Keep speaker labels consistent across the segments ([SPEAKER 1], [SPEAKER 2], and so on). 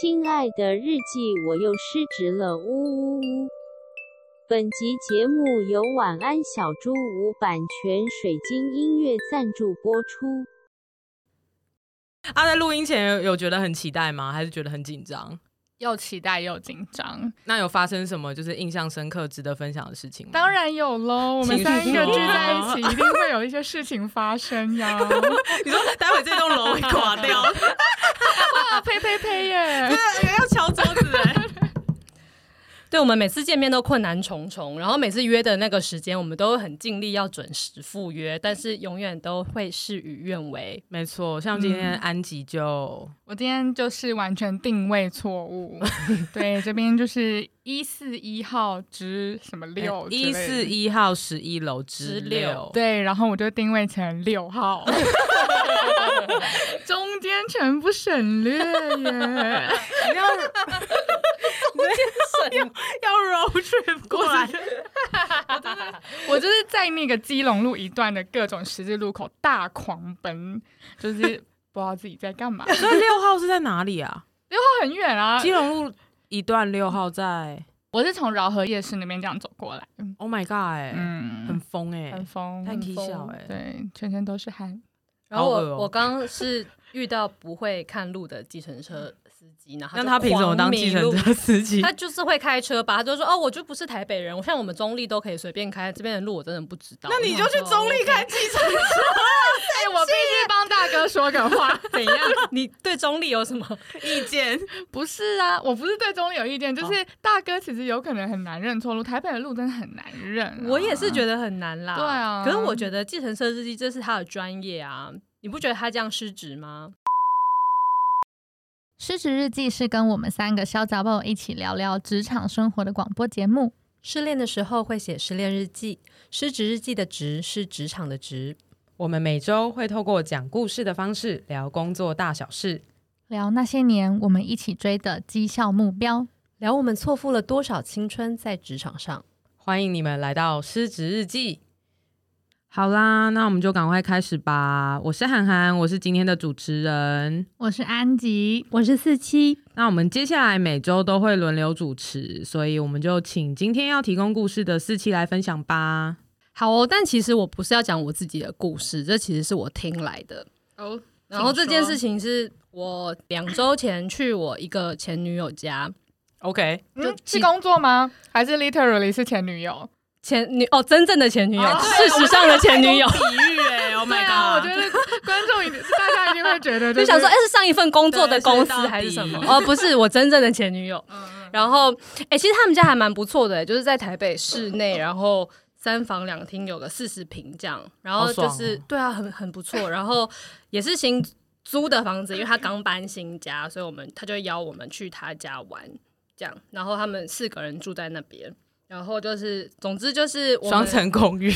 [SPEAKER 1] 亲爱的日记，我又失职了，呜呜呜！本集节目由晚安小猪屋版权水晶音乐赞助播出。
[SPEAKER 2] 啊，在录音前有有觉得很期待吗？还是觉得很紧张？
[SPEAKER 3] 又期待又紧张，
[SPEAKER 2] 那有发生什么就是印象深刻、值得分享的事情吗？
[SPEAKER 3] 当然有喽。我们
[SPEAKER 2] 情绪
[SPEAKER 3] 三
[SPEAKER 2] 勒
[SPEAKER 3] 个聚
[SPEAKER 2] 索
[SPEAKER 3] 在一起，一定会有一些事情发生 呀。啊
[SPEAKER 2] 你说待会这栋楼会垮 掉，
[SPEAKER 3] 哇，呸呸呸耶！
[SPEAKER 2] 要敲桌子哎、
[SPEAKER 3] 欸
[SPEAKER 4] 对我们每次见面都困难重重，然后每次约的那个时间，我们都很尽力要准时赴约，但是永远都会事与愿违。
[SPEAKER 2] 没错，像今天安吉就、
[SPEAKER 3] 我今天就是完全定位 错误，对，这边就是一四一号之什么六嗯之类
[SPEAKER 2] 哎一
[SPEAKER 3] 的
[SPEAKER 2] 四一号十一楼之
[SPEAKER 4] 之六
[SPEAKER 2] 六，
[SPEAKER 3] 对，然后我就定位成 六号，中间全部省略耶。
[SPEAKER 2] 要 road trip 过来，
[SPEAKER 3] 我就是在那个基隆路一段的各种十字路口大狂奔，就是不知道自己在干嘛，
[SPEAKER 2] 所以六号是在哪里 啊？
[SPEAKER 3] 很远啊。
[SPEAKER 2] 基隆路一段六号在
[SPEAKER 3] 我是从饶河夜市那边这样走过来，
[SPEAKER 4] 嗯
[SPEAKER 2] ，Oh my god，哎、很
[SPEAKER 3] 嗯，
[SPEAKER 2] 疯哎、
[SPEAKER 3] 很疯，
[SPEAKER 2] 太踢笑哎、
[SPEAKER 3] 对，全身都是汗。
[SPEAKER 4] 然后我、
[SPEAKER 2] 好恶哦
[SPEAKER 4] 我刚刚是遇到不会看路的计程车司机，然后
[SPEAKER 2] 那
[SPEAKER 4] 就
[SPEAKER 2] 他凭什么当计程
[SPEAKER 4] 狂迷路？
[SPEAKER 2] 车司机
[SPEAKER 4] 他？就是会开车吧，他就说哦，我就不是台北人，我像我们中立都可以随便开，这边的路我真的不知道。
[SPEAKER 2] 那你就去中立开
[SPEAKER 4] 车。
[SPEAKER 2] 计程车。
[SPEAKER 3] 哎、我必须帮大哥说个 话。
[SPEAKER 4] 啊怎样？ 你对中立有 什么？
[SPEAKER 2] 意见，
[SPEAKER 3] 不是啊，我不是对中立有意见，
[SPEAKER 4] 哦
[SPEAKER 3] 就是大哥其实有可能很难认错路，台北的路真的很难认、
[SPEAKER 4] 我也是觉得很难啦。
[SPEAKER 3] 对啊
[SPEAKER 4] 可是我觉得计程车司机这是他的专业啊，你不觉得他这样失职吗？
[SPEAKER 5] 失职日记是跟我们三个小杂宝一起聊聊职场生活的广播节目。
[SPEAKER 4] 失恋的时候会写失恋日记，失职日记的职是职场的职。
[SPEAKER 6] 我们每周会透过讲故事的方式聊工作大小事。
[SPEAKER 5] 聊那些年我们一起追的绩效目标。
[SPEAKER 4] 聊我们错付了多少青春在职场上？
[SPEAKER 6] 欢迎你们来到《失职日记》。
[SPEAKER 2] 好啦，那我们就赶快开始吧。我是涵涵，我是今天的主持人。
[SPEAKER 5] 我是安吉，
[SPEAKER 4] 我是四七，
[SPEAKER 2] 那我们接下来每周都会轮流主持，所以我们就请今天要提供故事的四期来分享吧。
[SPEAKER 4] 好哦。但其实我不是要讲我自己的故事，这其实是我听来的。
[SPEAKER 3] 哦，
[SPEAKER 4] 然后这件事
[SPEAKER 3] 情，
[SPEAKER 4] 情是我两周前去我一个前女友家，
[SPEAKER 2] OK，
[SPEAKER 3] 嗯，是工作吗？还是 literally 是前女友？
[SPEAKER 4] 前女哦，真正的前女友，
[SPEAKER 3] 哦
[SPEAKER 4] 事实上的前女友。
[SPEAKER 2] 比喻 哎、o h
[SPEAKER 3] 对啊，我觉得观众一定大家一定会 觉得、
[SPEAKER 4] 就想说，哎、是上一份工作的公司
[SPEAKER 2] 对
[SPEAKER 4] 还是什么
[SPEAKER 2] 是？
[SPEAKER 4] 哦，不是，我真正的前女友。
[SPEAKER 2] 嗯
[SPEAKER 4] 然后，哎、其实他们家还蛮不错的、就是在台北市
[SPEAKER 2] 嗯
[SPEAKER 4] 内，然后三房两厅，有个四十平这样，然后
[SPEAKER 2] 好
[SPEAKER 4] 就
[SPEAKER 2] 爽哦
[SPEAKER 4] 是、对啊，很很不错。然后也是新租的房子，因为他刚搬新家，所以我们他就邀我们去他家玩这样。然后他们四个人住在那边。然后就是，总之就是我们
[SPEAKER 2] 双层公寓，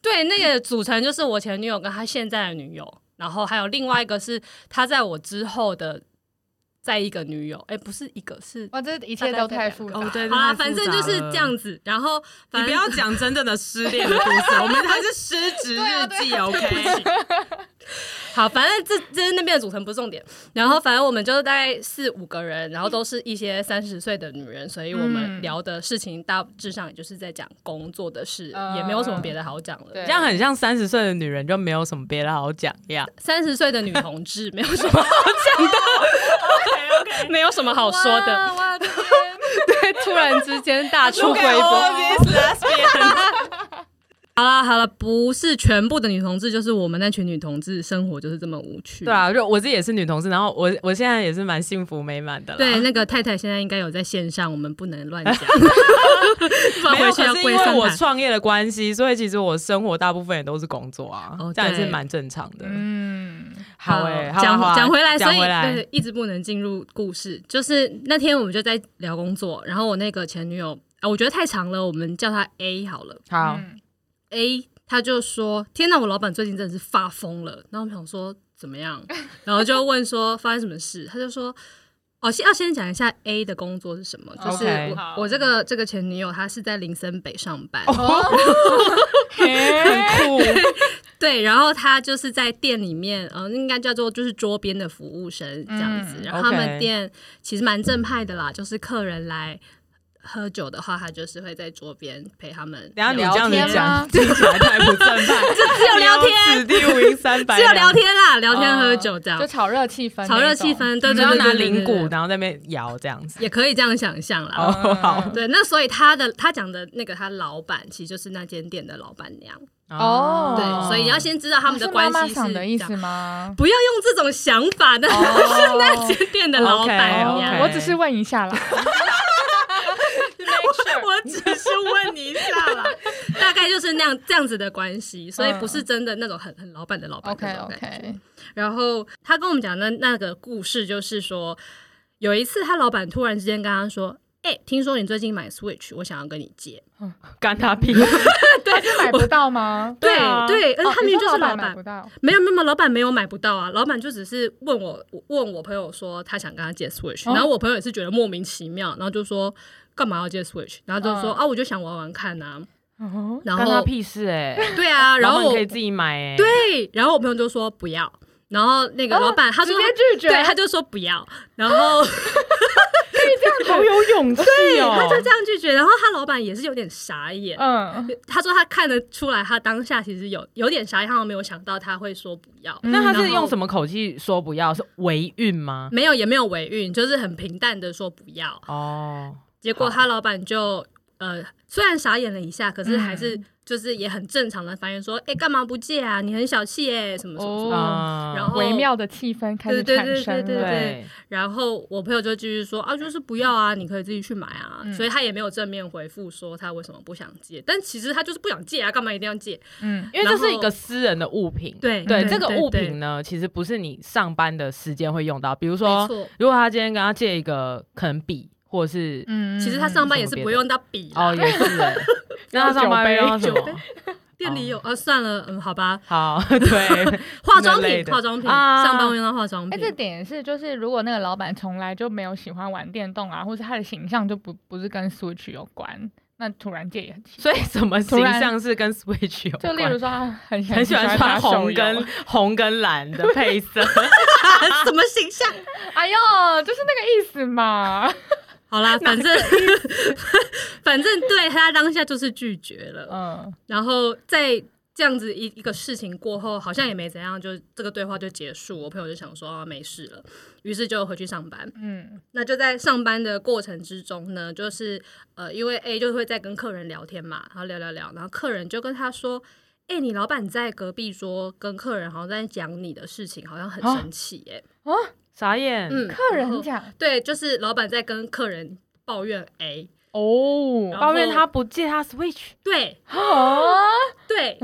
[SPEAKER 4] 对，那个组成就是我前女友跟她现在的女友，然后还有另外一个是她在我之后的再一个女友，哎、不是一个是。
[SPEAKER 3] 哇，哦这一切都太复杂。
[SPEAKER 2] 哦对
[SPEAKER 4] 好啦，
[SPEAKER 2] 太复杂
[SPEAKER 4] 反正就是这样子。然后，
[SPEAKER 2] 你
[SPEAKER 4] 反
[SPEAKER 2] 不
[SPEAKER 4] 正
[SPEAKER 2] 要讲真正的失恋的故事，我们还是失 职
[SPEAKER 6] 啊
[SPEAKER 2] 日记 OK。
[SPEAKER 4] 好，反正这这是那边的组成不是重点。然后，反正我们就大概四五个人，然后都是一些三十岁的女人，所以我们
[SPEAKER 3] 嗯
[SPEAKER 4] 聊的事情大致上也就是在讲工作的事，
[SPEAKER 3] 嗯
[SPEAKER 4] 也没有什么别的好讲了。
[SPEAKER 3] 对
[SPEAKER 2] 这样很像三十岁的女人就没有什么别的好讲一样。
[SPEAKER 4] 三十岁的女 同志没有什么好讲的没有什么好说的。
[SPEAKER 3] 哇，哇这边
[SPEAKER 4] 对，突然之间大啊 出轨 好啦好啦，不是全部的女同志，就是我们那群女同志生活就是这么无趣。
[SPEAKER 2] 对，啊，就我自己也是女同事，然后我我现在也是蛮幸福美满的啦。
[SPEAKER 4] 对，那个太太现在应该有在线上，我们不能 乱讲，不然
[SPEAKER 2] 没有，
[SPEAKER 4] 回去
[SPEAKER 2] 可
[SPEAKER 4] 要
[SPEAKER 2] 是因
[SPEAKER 4] 跪
[SPEAKER 2] 为
[SPEAKER 4] 算
[SPEAKER 2] 我
[SPEAKER 4] 盘。
[SPEAKER 2] 创业的关系，所以其实我生活大部分也都是工作啊，
[SPEAKER 4] 哦
[SPEAKER 2] 这样也是
[SPEAKER 4] 对
[SPEAKER 2] 蛮正常的。
[SPEAKER 3] 嗯，
[SPEAKER 2] 好诶、好啊
[SPEAKER 4] 讲
[SPEAKER 2] 好啊
[SPEAKER 4] 讲回来，所
[SPEAKER 2] 讲
[SPEAKER 4] 以
[SPEAKER 2] 回来，
[SPEAKER 4] 对一直不能进入故事。就是那天我们就在聊工作，然后我那个前女友啊，我觉得太长了，我们叫她 A 好了。
[SPEAKER 2] 好，
[SPEAKER 3] 嗯
[SPEAKER 4] A 他就说：“天哪，我老板最近真的是发疯了。”然后我们想说怎么样，然后就问说发生什么事，他就说：“哦，哦，先要先讲一下 A 的工作是什么，就是
[SPEAKER 2] OK
[SPEAKER 4] 我我这个这个前女友她是在林森北上班，
[SPEAKER 2] 哦
[SPEAKER 4] 哦嗯
[SPEAKER 3] 很酷，
[SPEAKER 4] 对，然后她就是在店里面，呃，应该叫做就是桌边的服务生这样子。
[SPEAKER 3] 嗯
[SPEAKER 4] 然后他们
[SPEAKER 2] OK
[SPEAKER 4] 店其实蛮正派的啦，就是客人来喝酒的话，她就是会在桌边陪他们
[SPEAKER 2] 等一下你
[SPEAKER 4] 聊
[SPEAKER 2] 这样
[SPEAKER 4] 天
[SPEAKER 2] 子讲，
[SPEAKER 4] 吗
[SPEAKER 2] 听起来太不正 派，这
[SPEAKER 4] 只有聊天
[SPEAKER 2] 此地无银三百
[SPEAKER 4] 只
[SPEAKER 2] 两，
[SPEAKER 4] 有聊天啦，聊
[SPEAKER 2] 哦
[SPEAKER 4] 天喝酒这样
[SPEAKER 3] 就，炒热气氛那种，
[SPEAKER 4] 炒热气氛，对
[SPEAKER 2] 你
[SPEAKER 4] 对
[SPEAKER 2] 要
[SPEAKER 4] 对，
[SPEAKER 2] 拿
[SPEAKER 4] 对对
[SPEAKER 2] 铃
[SPEAKER 4] 对
[SPEAKER 2] 鼓，然后在那边摇这样子。
[SPEAKER 4] 也可以这样想象啦。
[SPEAKER 2] 哦，好，
[SPEAKER 4] 对，那所以他的他讲的那个他老板，其实就是那间店的老板娘。
[SPEAKER 3] 哦
[SPEAKER 4] 对，所以你要先知道他们的
[SPEAKER 3] 是
[SPEAKER 4] 关
[SPEAKER 3] 妈妈
[SPEAKER 4] 系
[SPEAKER 3] 桑
[SPEAKER 4] 是
[SPEAKER 3] 的意
[SPEAKER 4] 这
[SPEAKER 3] 思
[SPEAKER 4] 样哦
[SPEAKER 3] 吗？
[SPEAKER 4] 不要用这种想 法的，那间店的老板
[SPEAKER 2] 哦
[SPEAKER 4] 娘。
[SPEAKER 3] 我只是问一下啦，
[SPEAKER 4] 我只是问你一下啦，大概就是那样这样子的关系，所以不是真的那种很很老板的老板
[SPEAKER 3] OK
[SPEAKER 4] 那种感觉。
[SPEAKER 3] OK，
[SPEAKER 4] 然后他跟我们讲的那个故事，就是说有一次他老板突然之间跟他说：“哎、听说你最近买 Switch，我想要跟你 借。”
[SPEAKER 2] 干他屁！
[SPEAKER 3] 对，是买不到吗？
[SPEAKER 4] 对
[SPEAKER 2] 对啊
[SPEAKER 4] 对，而且
[SPEAKER 3] 哦
[SPEAKER 4] 他
[SPEAKER 3] 你
[SPEAKER 4] 明明
[SPEAKER 3] 说
[SPEAKER 4] 就是
[SPEAKER 3] 老买
[SPEAKER 4] 板
[SPEAKER 3] 不，到，
[SPEAKER 4] 没有没有，没有老板没有买不到啊，老板就只是问我我问我朋友说他想跟他借 Switch，、
[SPEAKER 3] 哦
[SPEAKER 4] 然后我朋友也是觉得莫名其妙，然后就说干嘛要借 Switch，然后就说、
[SPEAKER 3] 嗯
[SPEAKER 4] 啊我就想玩玩看呐、
[SPEAKER 3] 嗯
[SPEAKER 4] 然
[SPEAKER 2] 干他
[SPEAKER 4] 后
[SPEAKER 2] 屁事哎！
[SPEAKER 4] 对啊，然后
[SPEAKER 2] 老板
[SPEAKER 4] 我
[SPEAKER 2] 可以自己买哎。
[SPEAKER 4] 对，然后我朋友就说不要，然后那个
[SPEAKER 3] 哦
[SPEAKER 4] 老板、他
[SPEAKER 3] 直
[SPEAKER 4] 说
[SPEAKER 3] 接拒绝，
[SPEAKER 4] 对，他就说不要，然后
[SPEAKER 2] 好有勇气哦！
[SPEAKER 4] 他就这样拒绝，然后他老板也是有点傻眼，
[SPEAKER 3] 嗯，
[SPEAKER 4] 他说他看得出来他当下其实有有点傻眼，他好像没有想到他会说不要，
[SPEAKER 2] 那他
[SPEAKER 4] 然
[SPEAKER 2] 是
[SPEAKER 4] 后
[SPEAKER 2] 用什么口气说不要？是维运吗？
[SPEAKER 4] 没有也没有违运，就是很平淡的说不要，
[SPEAKER 2] 哦，
[SPEAKER 4] 结果他老板就呃，虽然傻眼了一下，可是还
[SPEAKER 2] 嗯
[SPEAKER 4] 是就是也很正常的反应说：“哎、干嘛不借啊？你很小气耶、什么什么什
[SPEAKER 3] 哦
[SPEAKER 4] 么。
[SPEAKER 2] 啊
[SPEAKER 4] 然后
[SPEAKER 3] 微妙的气氛开始
[SPEAKER 4] 对
[SPEAKER 3] 产
[SPEAKER 4] 对对
[SPEAKER 3] 生了，
[SPEAKER 4] 对对
[SPEAKER 2] 对，
[SPEAKER 4] 然后我朋友就继续说：“啊，就是不要啊，你可以自己去买啊。
[SPEAKER 3] 嗯
[SPEAKER 4] 所以他也没有正面回复说他为什么不想借，但其实他就是不想借啊，干嘛一定要借？
[SPEAKER 3] 嗯，
[SPEAKER 2] 因为这
[SPEAKER 4] 然后
[SPEAKER 2] 是一个私人的物品。
[SPEAKER 4] 对
[SPEAKER 2] 对，
[SPEAKER 4] 对
[SPEAKER 2] 这个
[SPEAKER 4] 对
[SPEAKER 2] 物
[SPEAKER 4] 对
[SPEAKER 2] 品呢，其实不是你上班的时间会用到。比如
[SPEAKER 4] 没
[SPEAKER 2] 说，
[SPEAKER 4] 错，
[SPEAKER 2] 如果他今天跟他借一个可能笔，或者是
[SPEAKER 3] 嗯，
[SPEAKER 4] 其实他上班也
[SPEAKER 2] 什
[SPEAKER 4] 是
[SPEAKER 2] 么
[SPEAKER 4] 不用到笔啦。
[SPEAKER 2] 哦，也是哎，那他上班会用到什
[SPEAKER 4] 酒杯
[SPEAKER 2] 么？
[SPEAKER 4] 店里有啊，算了，嗯，好吧，
[SPEAKER 2] 好，对，
[SPEAKER 4] 化妆
[SPEAKER 2] 那
[SPEAKER 4] 品
[SPEAKER 2] 类，的
[SPEAKER 4] 化妆品，
[SPEAKER 2] 啊
[SPEAKER 4] 上班会用到化妆
[SPEAKER 3] 哎、
[SPEAKER 4] 品。
[SPEAKER 3] 这点也是，就是如果那个老板从来就没有喜欢玩电动啊，或者他的形象就不不是跟 Switch 有关，那突然戒也很奇怪。
[SPEAKER 2] 所以什么
[SPEAKER 3] 突
[SPEAKER 2] 形
[SPEAKER 3] 然
[SPEAKER 2] 象是跟 Switch 有
[SPEAKER 3] 就
[SPEAKER 2] 关？
[SPEAKER 3] 例如说，他很喜
[SPEAKER 2] 很喜欢穿
[SPEAKER 3] 手
[SPEAKER 2] 红
[SPEAKER 3] 游
[SPEAKER 2] 跟红跟蓝的配色，
[SPEAKER 4] 什么形象？
[SPEAKER 3] 哎呦，就是那个意思 嘛。
[SPEAKER 4] 好啦，反正 反正对他当下就是拒绝了，
[SPEAKER 3] 嗯，
[SPEAKER 4] 然后在这样子一一个事情过后，好像也没怎样，就这个对话就结束。我朋友就想说啊，没事了，于是就回去上班。
[SPEAKER 3] 嗯，
[SPEAKER 4] 那就在上班的过程之中呢，就是呃，因为 A 就会在跟客人聊天嘛，然后聊聊聊，然后客人就跟他说：“哎、你老板在隔壁桌跟客人好像在讲你的事情，好像很
[SPEAKER 2] 啊
[SPEAKER 4] 生气耶、
[SPEAKER 2] 傻眼。
[SPEAKER 4] 嗯，
[SPEAKER 3] 客
[SPEAKER 4] 然后
[SPEAKER 3] 人 讲
[SPEAKER 4] 对，就是老板在跟客人抱怨 A。
[SPEAKER 3] 哦
[SPEAKER 4] 然后
[SPEAKER 2] 抱怨他不借他 Switch，
[SPEAKER 4] 对
[SPEAKER 3] 啊，
[SPEAKER 4] 对，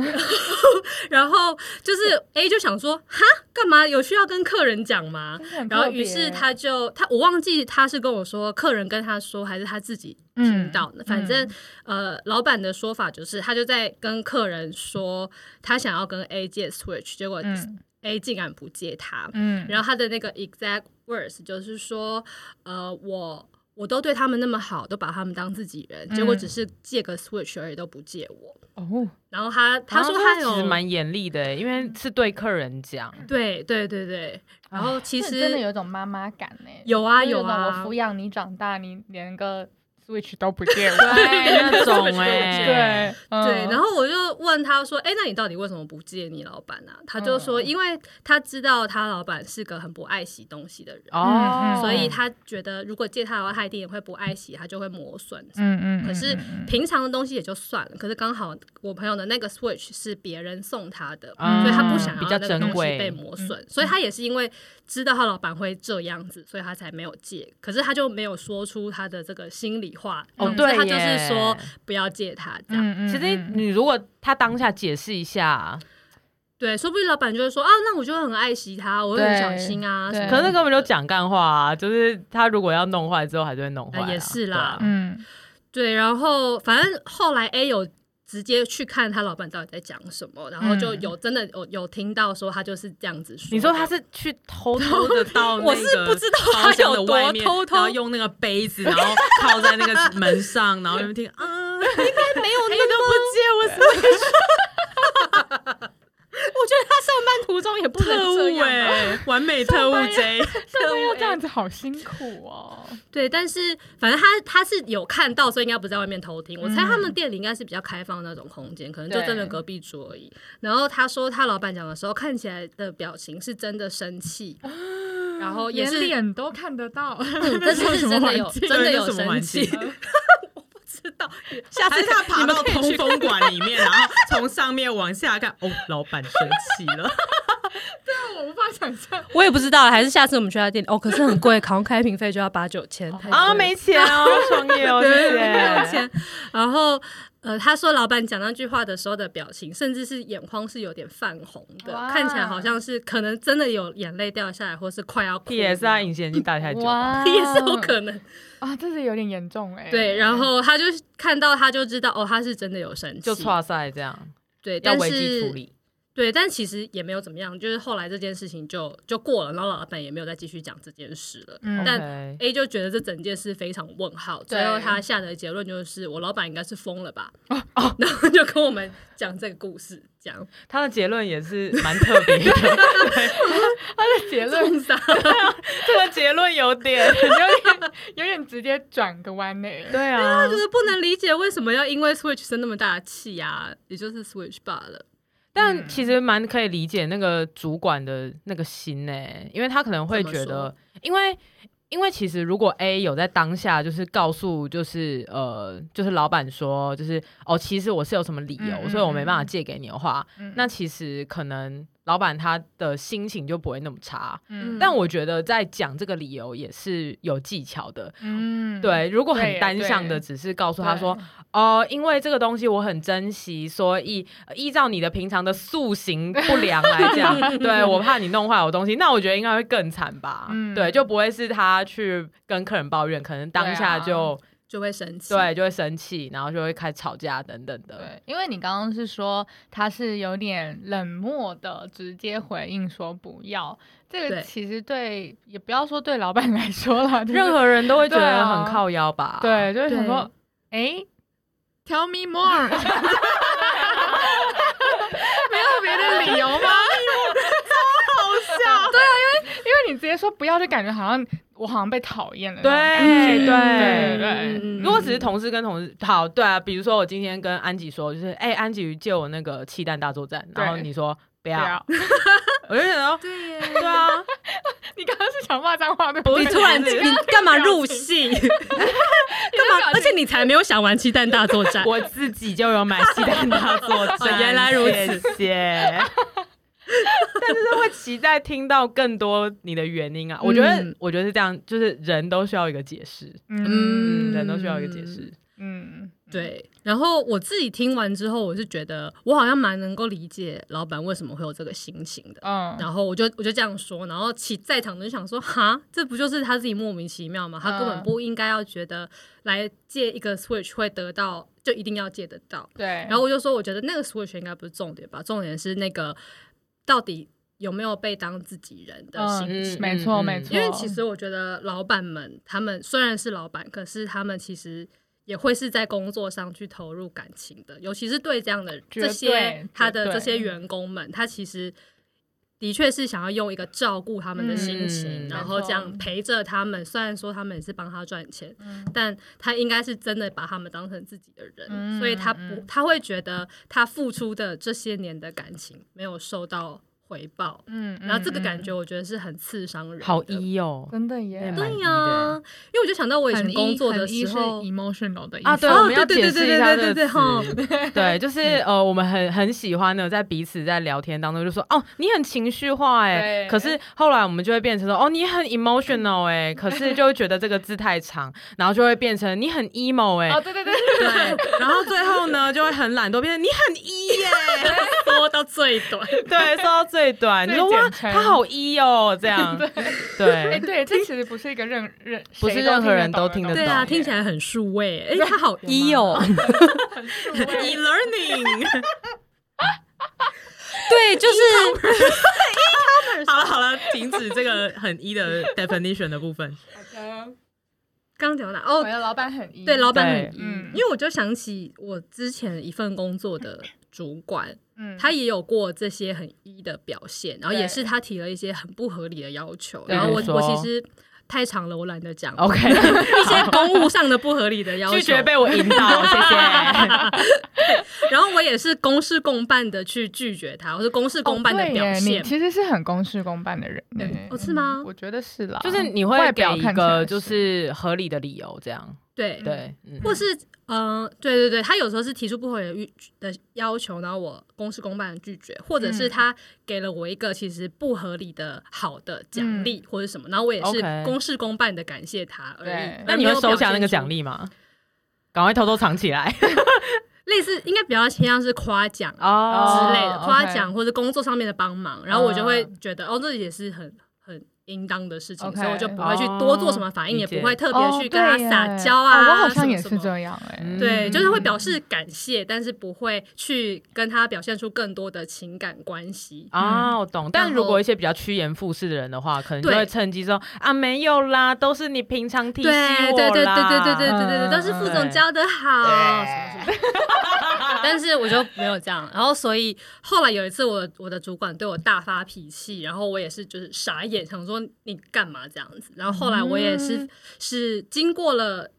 [SPEAKER 4] 然后就是 A 就想说，哈，干嘛有需要跟客人讲吗？然后于是他就他我忘记他是跟我说客人跟他说还是他自己
[SPEAKER 3] 嗯
[SPEAKER 4] 听到的，反正、呃老板的说法就是他就在跟客人说他想要跟 A 借 Switch，结果
[SPEAKER 3] 嗯
[SPEAKER 4] A 竟然不借他，
[SPEAKER 3] 嗯，
[SPEAKER 4] 然后他的那个 exact words 就是说，呃，我我都对他们那么好，都把他们当自己人，结果
[SPEAKER 3] 嗯
[SPEAKER 4] 只是借个 Switch 而已，都不借我。
[SPEAKER 3] 哦，
[SPEAKER 4] 然后他他说
[SPEAKER 2] 啊
[SPEAKER 4] 他
[SPEAKER 2] 那
[SPEAKER 4] 有
[SPEAKER 2] 其实蛮严厉的，欸因为是对客人讲，
[SPEAKER 4] 对对对对，然后其
[SPEAKER 3] 其
[SPEAKER 4] 实
[SPEAKER 3] 啊真的有一种妈妈感呢、
[SPEAKER 4] 有啊
[SPEAKER 3] 就是
[SPEAKER 4] 有
[SPEAKER 3] 种
[SPEAKER 4] 啊
[SPEAKER 3] 我抚，养你长大，你连个 Switch 都 不借我。
[SPEAKER 2] 那种
[SPEAKER 4] 欸
[SPEAKER 3] 对嗯
[SPEAKER 2] 哎，
[SPEAKER 4] 对，然
[SPEAKER 3] 后
[SPEAKER 4] 后我就问他说：“哎，那你到底为什么不借你老板啊？”他就说：“
[SPEAKER 3] 嗯
[SPEAKER 4] 因为他知道他老板是个很不爱惜东西的人，
[SPEAKER 2] 哦
[SPEAKER 3] 嗯，嗯
[SPEAKER 4] 所以他觉得如果借他的话，他一定也会不爱惜，他就会磨损。”
[SPEAKER 3] 嗯嗯，
[SPEAKER 4] 可是
[SPEAKER 3] 嗯嗯
[SPEAKER 4] 平常的东西也就算了，可是刚好我朋友的那个 Switch 是别人送他的，
[SPEAKER 2] 嗯
[SPEAKER 4] 所以他不想
[SPEAKER 2] 比
[SPEAKER 4] 要
[SPEAKER 2] 较
[SPEAKER 4] 那个东
[SPEAKER 2] 珍
[SPEAKER 4] 西
[SPEAKER 2] 贵嗯
[SPEAKER 4] 被磨损，所以他也是因为知道他老板会这样子，所以他才没有借。可是他就没有说出他的这个心里话，
[SPEAKER 2] 哦
[SPEAKER 4] 总之
[SPEAKER 2] 对
[SPEAKER 4] 他就是
[SPEAKER 2] 耶
[SPEAKER 4] 说不要借他这样。
[SPEAKER 3] 嗯嗯，
[SPEAKER 2] 其实
[SPEAKER 3] 嗯
[SPEAKER 2] 你如果他当下解释一下，
[SPEAKER 4] 对，说不定老板就会说啊，那我就会很爱惜他，我会很小心啊。
[SPEAKER 3] 对
[SPEAKER 4] 什么
[SPEAKER 2] 可是
[SPEAKER 4] 的
[SPEAKER 2] 那根本就讲干话啊，就是他如果要弄
[SPEAKER 4] 呃
[SPEAKER 2] 坏之后，还是会弄坏啊。
[SPEAKER 4] 呃也是啦
[SPEAKER 2] 对啊
[SPEAKER 3] 嗯
[SPEAKER 4] 对，然后反正后来 A 有直接去看他老板到底在讲什么，然后就有真的有有听到说他就是这样子说
[SPEAKER 7] 嗯
[SPEAKER 4] 的。
[SPEAKER 7] 你说他是去偷偷的到
[SPEAKER 4] 我是
[SPEAKER 7] 那个
[SPEAKER 4] 不知道他
[SPEAKER 7] 包厢的
[SPEAKER 4] 有多
[SPEAKER 7] 外面
[SPEAKER 4] 偷偷
[SPEAKER 7] 然后用那个杯子，然后靠在那个门上，然后 用听啊，
[SPEAKER 4] 没有
[SPEAKER 7] 你
[SPEAKER 4] 那
[SPEAKER 7] 都不接我什 么
[SPEAKER 4] 我觉得他上班途中也不能
[SPEAKER 7] 特
[SPEAKER 4] 这
[SPEAKER 7] 务
[SPEAKER 4] 样吧。
[SPEAKER 7] 哎，完美特务 J，
[SPEAKER 3] 真的要这样子，好辛苦哦。
[SPEAKER 4] 对，但是反正他他是有看到，所以应该不在外面偷听。我猜他
[SPEAKER 7] 嗯
[SPEAKER 4] 们店里应该是比较开放的那种空间，可能就真的隔壁桌而已。然后他说他老板讲的时候，看起来的表情是真的生 气，然后也
[SPEAKER 3] 嗯连
[SPEAKER 4] 是，
[SPEAKER 3] 脸都看得到，
[SPEAKER 4] 但是是真的有
[SPEAKER 7] 境
[SPEAKER 4] 真的
[SPEAKER 7] 这
[SPEAKER 4] 有
[SPEAKER 7] 是什么
[SPEAKER 4] 生
[SPEAKER 7] 环
[SPEAKER 4] 气，
[SPEAKER 7] 境
[SPEAKER 4] 知道
[SPEAKER 7] 下次他爬到
[SPEAKER 4] 你们可
[SPEAKER 7] 通
[SPEAKER 4] 以去
[SPEAKER 7] 风管里面，然后从上面往下看，哦，老板生气 了，
[SPEAKER 3] 我无法想象。
[SPEAKER 4] 我也不知道，还是下次我们去他店里哦，可是很贵，好像开瓶费就要八九千
[SPEAKER 2] 啊，没钱哦，创业 哦，谢
[SPEAKER 4] 没有
[SPEAKER 2] 谢。
[SPEAKER 4] 钱。然后呃，他说老板讲那句话的时候的表情，甚至是眼眶是有点泛红的，
[SPEAKER 5] 哇
[SPEAKER 4] 看起来好像是可能真的有眼泪掉下来，或是快要哭了，
[SPEAKER 2] 也是 他隐形眼镜戴太久吧，
[SPEAKER 5] 哇
[SPEAKER 4] 也是有可
[SPEAKER 2] 嗯
[SPEAKER 4] 能。
[SPEAKER 3] 啊，这是有点严重哎、
[SPEAKER 4] 对，然后他就看到他就知道哦，他是真的有生气，
[SPEAKER 2] 就错赛这样，
[SPEAKER 4] 对，
[SPEAKER 2] 要
[SPEAKER 4] 但
[SPEAKER 2] 危机处
[SPEAKER 4] 是
[SPEAKER 2] 理。
[SPEAKER 4] 对，但其实也没有怎么样，就是后来这件事情就就过了，然后老板也没有再继续讲这件事了。
[SPEAKER 3] 嗯
[SPEAKER 4] 但
[SPEAKER 2] OK
[SPEAKER 4] A 就觉得这整件事非常问号，
[SPEAKER 3] 对
[SPEAKER 4] 最后他下的结论就是我老板应该是疯了吧，
[SPEAKER 2] 哦
[SPEAKER 4] 然后就跟我们讲这个故事， 讲
[SPEAKER 2] 他的结论也是蛮特别 的，
[SPEAKER 3] 他的结论
[SPEAKER 4] 重伤，
[SPEAKER 2] 这个结论有点
[SPEAKER 3] 有点有点直接转个弯呢、欸
[SPEAKER 2] 对啊
[SPEAKER 4] 就，是不能理解为什么要因为 Switch 生那么大的气啊，也就是 Switch 罢了。
[SPEAKER 3] 嗯
[SPEAKER 2] 但其实蛮可以理解那个主管的那个心呢、因为他可能会觉
[SPEAKER 4] 怎么
[SPEAKER 2] 得
[SPEAKER 4] 说，
[SPEAKER 2] 因为因为其实如果 A 有在当下就是告诉就是呃就是老板说就是哦其实我是有什么理由，
[SPEAKER 3] 嗯嗯
[SPEAKER 2] 所以我没办法借给你的话，
[SPEAKER 3] 嗯
[SPEAKER 2] 那其实可能老板他的心情就不会那么差。
[SPEAKER 3] 嗯
[SPEAKER 2] 但我觉得在讲这个理由也是有技巧的，
[SPEAKER 3] 嗯，
[SPEAKER 2] 对，如果
[SPEAKER 3] 对
[SPEAKER 2] 很
[SPEAKER 3] 耶
[SPEAKER 2] 单向的，
[SPEAKER 3] 对
[SPEAKER 2] 只是告诉他说，哦、因为这个东西我很珍惜，所以呃依照你的平常的塑形不良来 讲，对我怕你弄坏我东西，那我觉得应该会更惨吧。
[SPEAKER 3] 嗯
[SPEAKER 2] 对，就不会是他去跟客人抱怨，可能
[SPEAKER 3] 啊
[SPEAKER 2] 当下就
[SPEAKER 4] 就会生气，
[SPEAKER 2] 对,、就会生气，然后就会开始吵架等等的。
[SPEAKER 3] 对，因为你刚刚是说他是有点冷漠的，直接回应说不要。这个
[SPEAKER 4] 对
[SPEAKER 3] 其实对，也不要说对老板来说 了，就是
[SPEAKER 2] 任何人都会觉
[SPEAKER 3] 对
[SPEAKER 2] 得
[SPEAKER 3] 啊
[SPEAKER 2] 很靠腰吧？
[SPEAKER 3] 对，就是想说，哎，Tell me more，没有别的理由吗？超好笑，对啊，因为因为你直接说不要，就感觉好像我好像被讨厌了那种感觉，
[SPEAKER 2] 对对
[SPEAKER 3] 对对
[SPEAKER 4] 嗯
[SPEAKER 2] 如果只是同事跟同事，好，对啊，比如说我今天跟安吉说，就是哎、安吉借我那个气弹大作战，
[SPEAKER 3] 对
[SPEAKER 2] 然后你说不
[SPEAKER 3] 对
[SPEAKER 2] 要，
[SPEAKER 3] 啊，
[SPEAKER 2] 我就想说，
[SPEAKER 4] 对耶，
[SPEAKER 2] 对啊，
[SPEAKER 3] 你刚刚是想骂脏话对不
[SPEAKER 4] 你
[SPEAKER 3] 对？
[SPEAKER 4] 突然你干嘛入戏？干嘛？而且你才没有想玩鸡蛋大作 战，
[SPEAKER 2] 我自己就有买气弹大作战，
[SPEAKER 4] 哦原来如此，
[SPEAKER 2] 谢谢。但是会期待听到更多你的原因啊！我觉得
[SPEAKER 4] 嗯，
[SPEAKER 2] 我觉得是这样，就是人都需要一个解释，
[SPEAKER 3] 嗯
[SPEAKER 2] 人都需要一个解释。
[SPEAKER 3] 嗯，
[SPEAKER 4] 对，然后我自己听完之后，我是觉得我好像蛮能够理解老板为什么会有这个心情的。
[SPEAKER 3] 嗯，
[SPEAKER 4] 然后我就我就这样说，然后其在场的就想说，哈，这不就是他自己莫名其妙吗？他根本
[SPEAKER 3] 嗯
[SPEAKER 4] 不应该要觉得来借一个 Switch 会得到，就一定要借得到。
[SPEAKER 3] 对，
[SPEAKER 4] 然后我就说，我觉得那个 Switch 应该不是重点吧，重点是那个到底有没有被当自己人的心情。
[SPEAKER 2] 嗯
[SPEAKER 3] 没错没错，
[SPEAKER 4] 因为其实我觉得老板们，他们虽然是老板，可是他们其实也会是在工作上去投入感情的，尤其是对这样的
[SPEAKER 3] 绝对
[SPEAKER 4] 这些他
[SPEAKER 3] 绝
[SPEAKER 4] 的
[SPEAKER 3] 对
[SPEAKER 4] 这些员工们，他其实的确是想要用一个照顾他们的心情，
[SPEAKER 2] 嗯
[SPEAKER 4] 然后这
[SPEAKER 3] 没
[SPEAKER 4] 样
[SPEAKER 3] 错
[SPEAKER 4] 陪着他们。虽然说他们也是帮他赚钱，但他应该是真的把他们当成自己的人，
[SPEAKER 3] 嗯
[SPEAKER 4] 所以他不、
[SPEAKER 3] 嗯
[SPEAKER 4] 他会觉得他付出的这些年的感情没有受到回报。
[SPEAKER 3] 嗯，嗯
[SPEAKER 4] 然后这个感觉，我觉得是很刺伤人的，
[SPEAKER 2] 好一哦
[SPEAKER 3] 嗯，真的耶
[SPEAKER 2] 对，蛮
[SPEAKER 4] 对啊
[SPEAKER 2] 一
[SPEAKER 4] 呀、
[SPEAKER 2] 的
[SPEAKER 4] 因为我就想到我以
[SPEAKER 3] 很
[SPEAKER 4] 前
[SPEAKER 3] 一
[SPEAKER 4] 工作的
[SPEAKER 3] 很一
[SPEAKER 4] 时
[SPEAKER 3] 是
[SPEAKER 4] 候。
[SPEAKER 3] emotional 的意
[SPEAKER 2] 啊，
[SPEAKER 3] 思
[SPEAKER 2] 对，我们要
[SPEAKER 4] 对对
[SPEAKER 2] 解释
[SPEAKER 4] 对
[SPEAKER 2] 一
[SPEAKER 4] 对
[SPEAKER 2] 下
[SPEAKER 4] 对
[SPEAKER 2] 这个
[SPEAKER 4] 对吼
[SPEAKER 2] 词。对，就是呃，我们很很喜欢的，在彼此在聊天当中就说，哦，你很情绪化哎
[SPEAKER 3] 对，
[SPEAKER 2] 可是后来我们就会变成说，哦，你很 emotional 哎，可是就会觉得这个字太长，然后就会变成你很 emo 哎
[SPEAKER 3] 哦，，对对对，
[SPEAKER 2] 对，然后最后呢就会很懒惰，变成你很一耶，
[SPEAKER 4] 缩到最短。
[SPEAKER 2] 对，说到最短，你
[SPEAKER 3] 最
[SPEAKER 2] 说哇，
[SPEAKER 3] 简称
[SPEAKER 2] 他好一哦，这样，
[SPEAKER 3] 哎，
[SPEAKER 2] 对，
[SPEAKER 3] 对，这其实不是一个任任，
[SPEAKER 2] 不是
[SPEAKER 3] 谁
[SPEAKER 2] 任何人
[SPEAKER 3] 都
[SPEAKER 2] 都听得
[SPEAKER 3] 懂
[SPEAKER 4] 对
[SPEAKER 3] 的
[SPEAKER 4] 啊，
[SPEAKER 3] 东西
[SPEAKER 4] 听起来很数位，哎，他好一哦。
[SPEAKER 7] e learning。
[SPEAKER 4] 对，就是
[SPEAKER 7] 好了好了，停止这个很一的 definition 的部分。
[SPEAKER 4] 刚刚讲到哪？
[SPEAKER 3] 我
[SPEAKER 4] 哦，
[SPEAKER 3] 的老板很一，
[SPEAKER 4] 对，老板
[SPEAKER 2] 对
[SPEAKER 4] 很一，
[SPEAKER 3] 嗯
[SPEAKER 4] 因为我就想起我之前一份工作的主管，
[SPEAKER 3] 嗯，
[SPEAKER 4] 他也有过这些很一的表现，然后也
[SPEAKER 3] 对
[SPEAKER 4] 是他提了一些很不合理的要求，
[SPEAKER 2] 比
[SPEAKER 4] 然后我
[SPEAKER 2] 如说
[SPEAKER 4] 我其实太长了，我懒得讲
[SPEAKER 2] OK，
[SPEAKER 4] 一些公务上的不合理的要求，
[SPEAKER 2] 拒绝被我引导，谢谢。
[SPEAKER 4] 然后我也是公事公办的去拒绝他，或是公事公办的
[SPEAKER 3] 哦对
[SPEAKER 4] 表
[SPEAKER 3] 耶
[SPEAKER 4] 现
[SPEAKER 3] 你。其实是很公事公办的人呢，
[SPEAKER 4] 哦是吗
[SPEAKER 3] 我觉得是
[SPEAKER 4] 啊
[SPEAKER 3] 啦，
[SPEAKER 2] 就是你会
[SPEAKER 3] 外
[SPEAKER 2] 给
[SPEAKER 3] 表
[SPEAKER 2] 一
[SPEAKER 3] 看起来
[SPEAKER 2] 个就是合理的理由，这样
[SPEAKER 4] 对
[SPEAKER 2] 对，嗯
[SPEAKER 4] 或是嗯、呃对对对，他有时候是提出不合理的要求，然后我公事公办地拒绝，或者是
[SPEAKER 3] 嗯
[SPEAKER 4] 他给了我一个其实不合理的好的
[SPEAKER 3] 嗯
[SPEAKER 4] 奖励或者什么，然后我也是
[SPEAKER 2] OK 公
[SPEAKER 4] 公事公办的感谢他而
[SPEAKER 3] 已对
[SPEAKER 4] 已。
[SPEAKER 2] 那你会收下那个奖？励吗？赶快偷偷藏起来
[SPEAKER 4] 类似应该比较偏向是夸奖
[SPEAKER 2] 哦
[SPEAKER 4] 之类的，
[SPEAKER 3] 哦
[SPEAKER 4] 夸
[SPEAKER 3] OK
[SPEAKER 4] 奖或者工作上面的帮忙，然后我就会
[SPEAKER 2] 嗯
[SPEAKER 4] 觉得哦，这也是很很应当的事情，
[SPEAKER 3] OK
[SPEAKER 4] 所以我就不会去多做什么反应，
[SPEAKER 2] 哦
[SPEAKER 4] 也
[SPEAKER 2] 理
[SPEAKER 4] 不
[SPEAKER 2] 解
[SPEAKER 4] 会特别
[SPEAKER 3] 哦
[SPEAKER 4] 去跟他
[SPEAKER 3] 对耶
[SPEAKER 4] 撒娇
[SPEAKER 3] 哦
[SPEAKER 4] 啊。
[SPEAKER 3] 我好像也
[SPEAKER 4] 什
[SPEAKER 3] 是
[SPEAKER 4] 么什么
[SPEAKER 3] 这样哎，
[SPEAKER 2] 嗯
[SPEAKER 4] 对，就是会表示感谢，但是不会去跟他表现出更多的情感关系。
[SPEAKER 2] 啊，我懂。但
[SPEAKER 4] 嗯然
[SPEAKER 2] 如
[SPEAKER 4] 后
[SPEAKER 2] 果一些比较趋炎附势的人的话，可能就
[SPEAKER 4] 对
[SPEAKER 2] 会趁机说啊，没有啦，都是你平常提
[SPEAKER 4] 对
[SPEAKER 2] 醒
[SPEAKER 4] 对
[SPEAKER 2] 我
[SPEAKER 4] 对对对
[SPEAKER 2] 啦
[SPEAKER 4] 对对对对
[SPEAKER 3] 嗯
[SPEAKER 4] 对，都是副总教的好，什么什么。 但是我就没有这样，然后所以后来有一次我，我的主管对我大发脾气，然后我也是就是傻眼，想说你干嘛这样子。然后后来我也
[SPEAKER 2] 嗯
[SPEAKER 4] 是、是经过了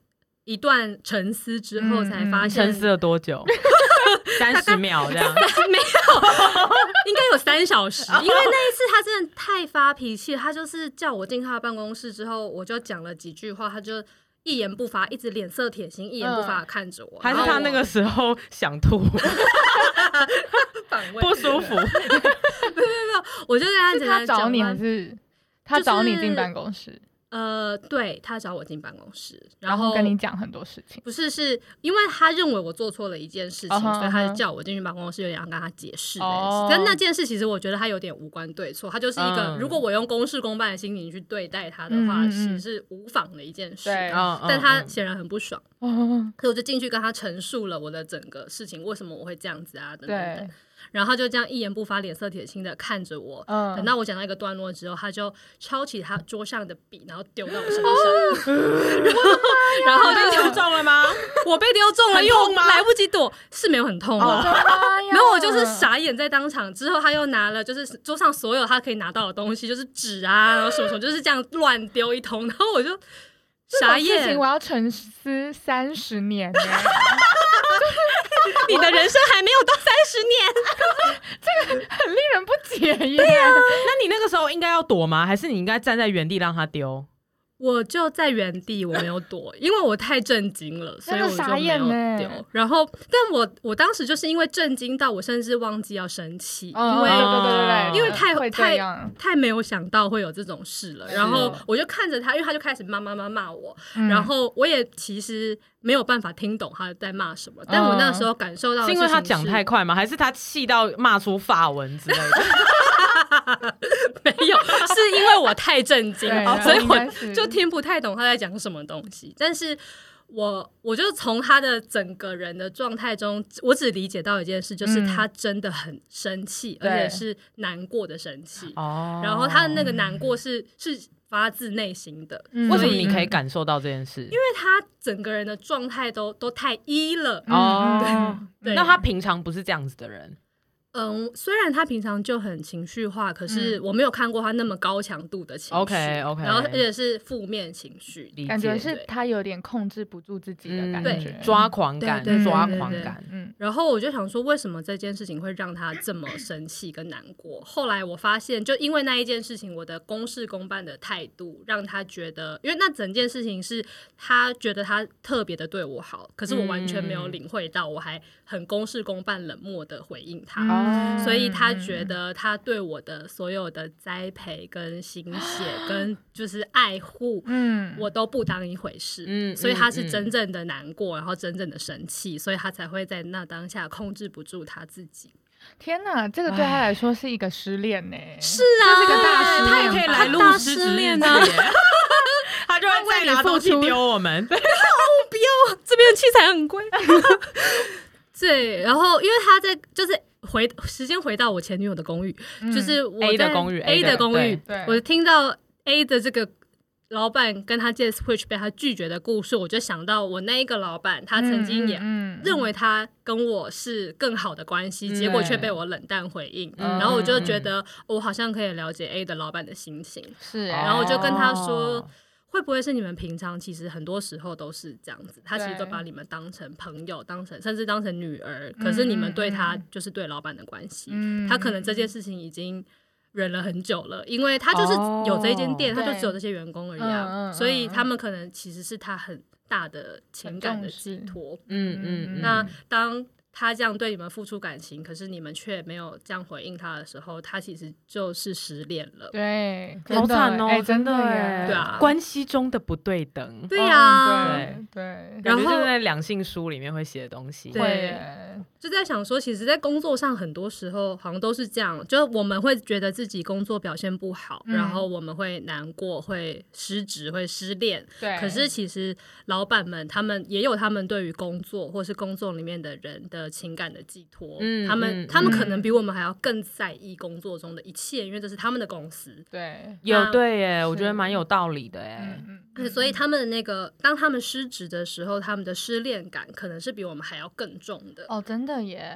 [SPEAKER 4] 一段沉思之后，
[SPEAKER 3] 嗯
[SPEAKER 4] 才发
[SPEAKER 3] 嗯
[SPEAKER 4] 现、
[SPEAKER 2] 沉思了多 久？三十秒这样。
[SPEAKER 4] 没有， 应该有三小时，
[SPEAKER 3] 哦
[SPEAKER 4] 因为那一次他真的太发脾气了，他就是叫我进他的办公室之后，我就讲了几句话，他就一言不发，一直脸色铁青，一言不发的看着我，
[SPEAKER 2] 还是
[SPEAKER 4] 然后
[SPEAKER 2] 他那个时候想 吐，
[SPEAKER 4] 我反胃，
[SPEAKER 2] 不舒服，
[SPEAKER 4] 我就跟他
[SPEAKER 3] 是
[SPEAKER 4] 简
[SPEAKER 3] 他
[SPEAKER 4] 单
[SPEAKER 3] 找
[SPEAKER 4] 讲
[SPEAKER 3] 你还
[SPEAKER 4] 完，
[SPEAKER 3] 是他
[SPEAKER 4] 就是
[SPEAKER 3] 找你进办公室，
[SPEAKER 4] 呃，对他找我进办公室，
[SPEAKER 3] 然
[SPEAKER 4] 后
[SPEAKER 3] 后跟你。讲很多事情，
[SPEAKER 4] 不是，是因为他认为我做错了一件事情
[SPEAKER 3] 嗯哼
[SPEAKER 4] 所以他
[SPEAKER 3] 嗯
[SPEAKER 4] 就
[SPEAKER 3] 哼
[SPEAKER 4] 叫我进去办公室，有点要跟他解释这件事。
[SPEAKER 3] 哦
[SPEAKER 4] 但那件事其实我觉得他有点无关对错，他就是一个、
[SPEAKER 2] 嗯
[SPEAKER 4] 如果我用公事公办的心情去对待他的话，
[SPEAKER 3] 嗯嗯嗯
[SPEAKER 4] 其实是无妨的一件事。啊
[SPEAKER 2] 嗯
[SPEAKER 3] 对
[SPEAKER 4] 但他
[SPEAKER 2] 嗯
[SPEAKER 4] 显然很不爽，
[SPEAKER 3] 哦，
[SPEAKER 4] 可我就进去跟他陈述了我的整个事情，为什么我会这样子啊，等等
[SPEAKER 3] 对
[SPEAKER 4] 等。，然后他就这样一言不发，脸色铁青的看着我。等
[SPEAKER 3] 嗯，
[SPEAKER 4] 到我讲到一个段落之后，他就抄起他桌上的笔，然后丢到我身上， 然后然后就
[SPEAKER 2] 嗯中了吗？
[SPEAKER 4] 我被丢中了，
[SPEAKER 2] 很痛吗
[SPEAKER 4] 来不及躲，是没有很
[SPEAKER 3] 哦
[SPEAKER 4] 痛啊。 然
[SPEAKER 3] 然
[SPEAKER 4] 后我就是傻眼在当场，之后他又拿了就是桌上所有他可以拿到的东西，就是纸啊，然后什么什么，就是这样乱丢一通。然后我就傻
[SPEAKER 3] 事
[SPEAKER 4] 眼
[SPEAKER 3] 情，我，要沉思三十年 呢。
[SPEAKER 4] 你的人生还没有到三十年，
[SPEAKER 3] 很令人不解耶。
[SPEAKER 4] 啊
[SPEAKER 3] 对呀、
[SPEAKER 2] 那你那个时候应该要躲吗？还是你应该站在原地让他丢？
[SPEAKER 4] 我就在原地，我没有躲，因为我太震惊了，所以我就
[SPEAKER 3] 傻
[SPEAKER 4] 没
[SPEAKER 3] 眼
[SPEAKER 4] 有
[SPEAKER 3] 呢
[SPEAKER 4] 丢。然后，但我我当时就是因为震惊到，我甚至忘记要生气，因
[SPEAKER 3] 嗯
[SPEAKER 4] 为
[SPEAKER 3] 对对对对，
[SPEAKER 4] 因为太
[SPEAKER 3] 会这样，
[SPEAKER 4] 太没有想到会有这种事了。然后我就看着他，因为他就开始骂骂骂骂我，
[SPEAKER 3] 嗯
[SPEAKER 4] 然后我也其实没有办法听懂他在骂什么，但我那时候感受
[SPEAKER 2] 嗯
[SPEAKER 4] 到的
[SPEAKER 2] 是因为
[SPEAKER 4] 事
[SPEAKER 2] 他
[SPEAKER 4] 情
[SPEAKER 2] 讲太快吗？还是他气到骂出法文之类的？
[SPEAKER 4] 没有，是因为我太震惊
[SPEAKER 3] 对
[SPEAKER 4] 了，
[SPEAKER 2] 啊
[SPEAKER 3] 对
[SPEAKER 4] 所以
[SPEAKER 3] 应该是
[SPEAKER 4] 我就听不太懂他在讲什么东西。但是我我就从他的整个人的状态中，我只理解到一件事，就是
[SPEAKER 3] 嗯
[SPEAKER 4] 他真的很生气，
[SPEAKER 3] 对
[SPEAKER 4] 而且是难过的生气。
[SPEAKER 2] 哦
[SPEAKER 4] 然后他的那个难过是是发自内心的，
[SPEAKER 3] 嗯
[SPEAKER 2] 为什么你可以感受到这件事？因为
[SPEAKER 4] 因为他整个人的状态都都太一了。
[SPEAKER 3] 嗯
[SPEAKER 2] 哦，
[SPEAKER 4] 嗯对，
[SPEAKER 2] 那他平常不是这样子的人
[SPEAKER 4] 嗯，虽然他平常就很情绪化，可是我没有看过他那么高强度的情绪。
[SPEAKER 2] ，OK，OK
[SPEAKER 4] 然后而且是负面情绪。
[SPEAKER 2] 理解
[SPEAKER 3] 感觉是他有点控制不住自己的感觉，
[SPEAKER 2] 嗯抓狂感
[SPEAKER 4] 对对，对
[SPEAKER 2] 抓
[SPEAKER 4] 对对
[SPEAKER 2] 狂
[SPEAKER 4] 对
[SPEAKER 2] 感。
[SPEAKER 3] 嗯
[SPEAKER 4] 然后我就想说，为什么这件事情会让他这么生气跟难过？后来我发现，就因为那一件事情，我的公事公办的态度让他觉得，因为那整件事情是他觉得他特别的对我好，可是我完全没有领会到，我还很公事公办、冷漠的回应他。
[SPEAKER 3] 嗯哦
[SPEAKER 4] 所以他觉得他对我的所有的栽培、跟心血、跟就是爱护，
[SPEAKER 3] 嗯
[SPEAKER 4] 我都不当一回事。
[SPEAKER 2] 嗯
[SPEAKER 4] 所以他是
[SPEAKER 2] 嗯
[SPEAKER 4] 真正的难过，然后真正的生气，所以他才会在那当下控制不住他自己。
[SPEAKER 3] 天哪，这个对他来说是一个失恋呢、是
[SPEAKER 4] 啊，
[SPEAKER 3] 这是个大失
[SPEAKER 4] 他
[SPEAKER 3] 恋吧
[SPEAKER 4] 也可以
[SPEAKER 2] 来
[SPEAKER 4] 来
[SPEAKER 2] 录
[SPEAKER 4] 录失
[SPEAKER 2] 失
[SPEAKER 4] 职
[SPEAKER 2] 职
[SPEAKER 4] 日
[SPEAKER 2] 日
[SPEAKER 4] 记
[SPEAKER 2] 记
[SPEAKER 4] 耶
[SPEAKER 2] 耶他就会再拿东西丢我们。
[SPEAKER 4] 不要，这边的器材很贵。 对，然后因为他在就是回时间回到我前女友的公寓，就是我
[SPEAKER 2] A 的
[SPEAKER 4] 在
[SPEAKER 2] 公寓
[SPEAKER 4] A
[SPEAKER 2] A
[SPEAKER 4] 的
[SPEAKER 2] 的
[SPEAKER 4] 公寓
[SPEAKER 3] 对，
[SPEAKER 4] 我听到 A 的这个老板跟他借 Switch 被他拒绝的故事，我就想到我那一个老板，他曾经也
[SPEAKER 3] 嗯
[SPEAKER 4] 认为他跟我是更好的关系，
[SPEAKER 2] 嗯
[SPEAKER 4] 结果却被我冷淡回应，
[SPEAKER 2] 嗯
[SPEAKER 4] 然后我就觉得哦我好像可以了解 A 的老板的心情，
[SPEAKER 3] 哦
[SPEAKER 5] 是欸，
[SPEAKER 4] 然后我就跟他说。
[SPEAKER 2] 哦
[SPEAKER 4] 会不会是你们平常其实很多时候都是这样子？他其实都
[SPEAKER 3] 对
[SPEAKER 4] 把你们当成朋友，当成甚至当成女儿，可是你们对他
[SPEAKER 3] 嗯
[SPEAKER 4] 就是对老板的关系。
[SPEAKER 3] 嗯
[SPEAKER 4] 他可能这件事情已经忍了很久了，因为他就是
[SPEAKER 2] 哦
[SPEAKER 4] 有这一间店，
[SPEAKER 3] 哦对
[SPEAKER 4] 他就只有这些员工而已
[SPEAKER 3] 嗯嗯
[SPEAKER 4] 啊，
[SPEAKER 3] 嗯
[SPEAKER 4] 所以他们可能其实是他很大的情感的寄
[SPEAKER 3] 很重视
[SPEAKER 4] 托。
[SPEAKER 2] 嗯嗯嗯，
[SPEAKER 4] 那当他这样对你们付出感情，可是你们却没有这样回应他的时候，他其实就是失恋了。
[SPEAKER 3] 对，
[SPEAKER 2] 好惨哦，
[SPEAKER 3] 哎、真的
[SPEAKER 2] 耶，
[SPEAKER 3] 耶，
[SPEAKER 4] 对啊
[SPEAKER 2] 关系中的不对等，
[SPEAKER 4] 对啊呀、
[SPEAKER 3] 嗯哦对
[SPEAKER 4] 然
[SPEAKER 2] 感
[SPEAKER 4] 后
[SPEAKER 2] 觉就是在两性书里面会写的东西。
[SPEAKER 4] 对
[SPEAKER 3] 对，会耶
[SPEAKER 4] 就在想说，其实，在工作上很多时候好像都是这样，就是我们会觉得自己工作表现不好，
[SPEAKER 3] 嗯
[SPEAKER 4] 然后我们会难过、会失职、会失恋。
[SPEAKER 3] 对，
[SPEAKER 4] 可是其实老板们他们也有他们对于工作或是工作里面的人的情感的寄托，
[SPEAKER 2] 嗯
[SPEAKER 4] 他们、
[SPEAKER 2] 嗯
[SPEAKER 4] 他们可
[SPEAKER 3] 嗯
[SPEAKER 4] 能比我们还要更在意工作中的一切，因为这是他们的公司。
[SPEAKER 3] 对，
[SPEAKER 2] 有
[SPEAKER 4] 那
[SPEAKER 2] 对耶，我觉得
[SPEAKER 3] 是
[SPEAKER 2] 蛮有道理的耶。
[SPEAKER 3] 嗯
[SPEAKER 4] 对所以他们的那个，当他们失职的时候，他们的失恋感可能是比我们还要更重的。
[SPEAKER 5] 哦，真的耶，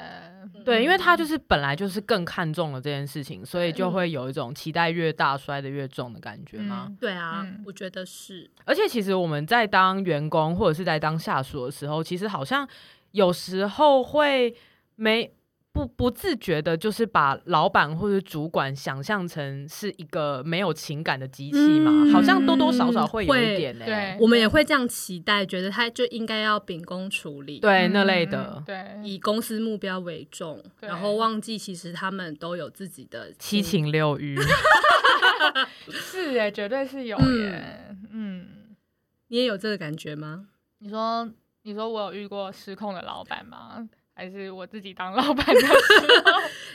[SPEAKER 4] 嗯
[SPEAKER 2] 对，因为他
[SPEAKER 3] 嗯
[SPEAKER 2] 就是本来就是更看重了这件事情，所以就会有一种期待越大摔得越重的感觉吗？
[SPEAKER 3] 嗯
[SPEAKER 4] 对啊，
[SPEAKER 3] 嗯
[SPEAKER 4] 我觉得是。
[SPEAKER 2] 而且其实我们在当员工或者是在当下属的时候，其实好像有时候会没不不自觉的，就是把老板或者主管想象成是一个没有情感的机器嘛，
[SPEAKER 4] 嗯
[SPEAKER 2] 好像多多少少会有
[SPEAKER 4] 会
[SPEAKER 2] 一点呢、欸
[SPEAKER 3] 对
[SPEAKER 4] 我们也会这样期待，觉得他就应该要秉公处理，
[SPEAKER 2] 对
[SPEAKER 3] 嗯
[SPEAKER 2] 那类的
[SPEAKER 3] 嗯。对，
[SPEAKER 4] 以公司目标为重，
[SPEAKER 3] 对
[SPEAKER 4] 然后忘记其实他们都有自己的
[SPEAKER 2] 七情六 欲，
[SPEAKER 3] 是耶，绝对是有
[SPEAKER 4] 嗯
[SPEAKER 3] 耶，嗯，
[SPEAKER 4] 你也有这个感觉吗？
[SPEAKER 3] 你说你说我有遇过失控的老板吗？还是我自己当老板的时候？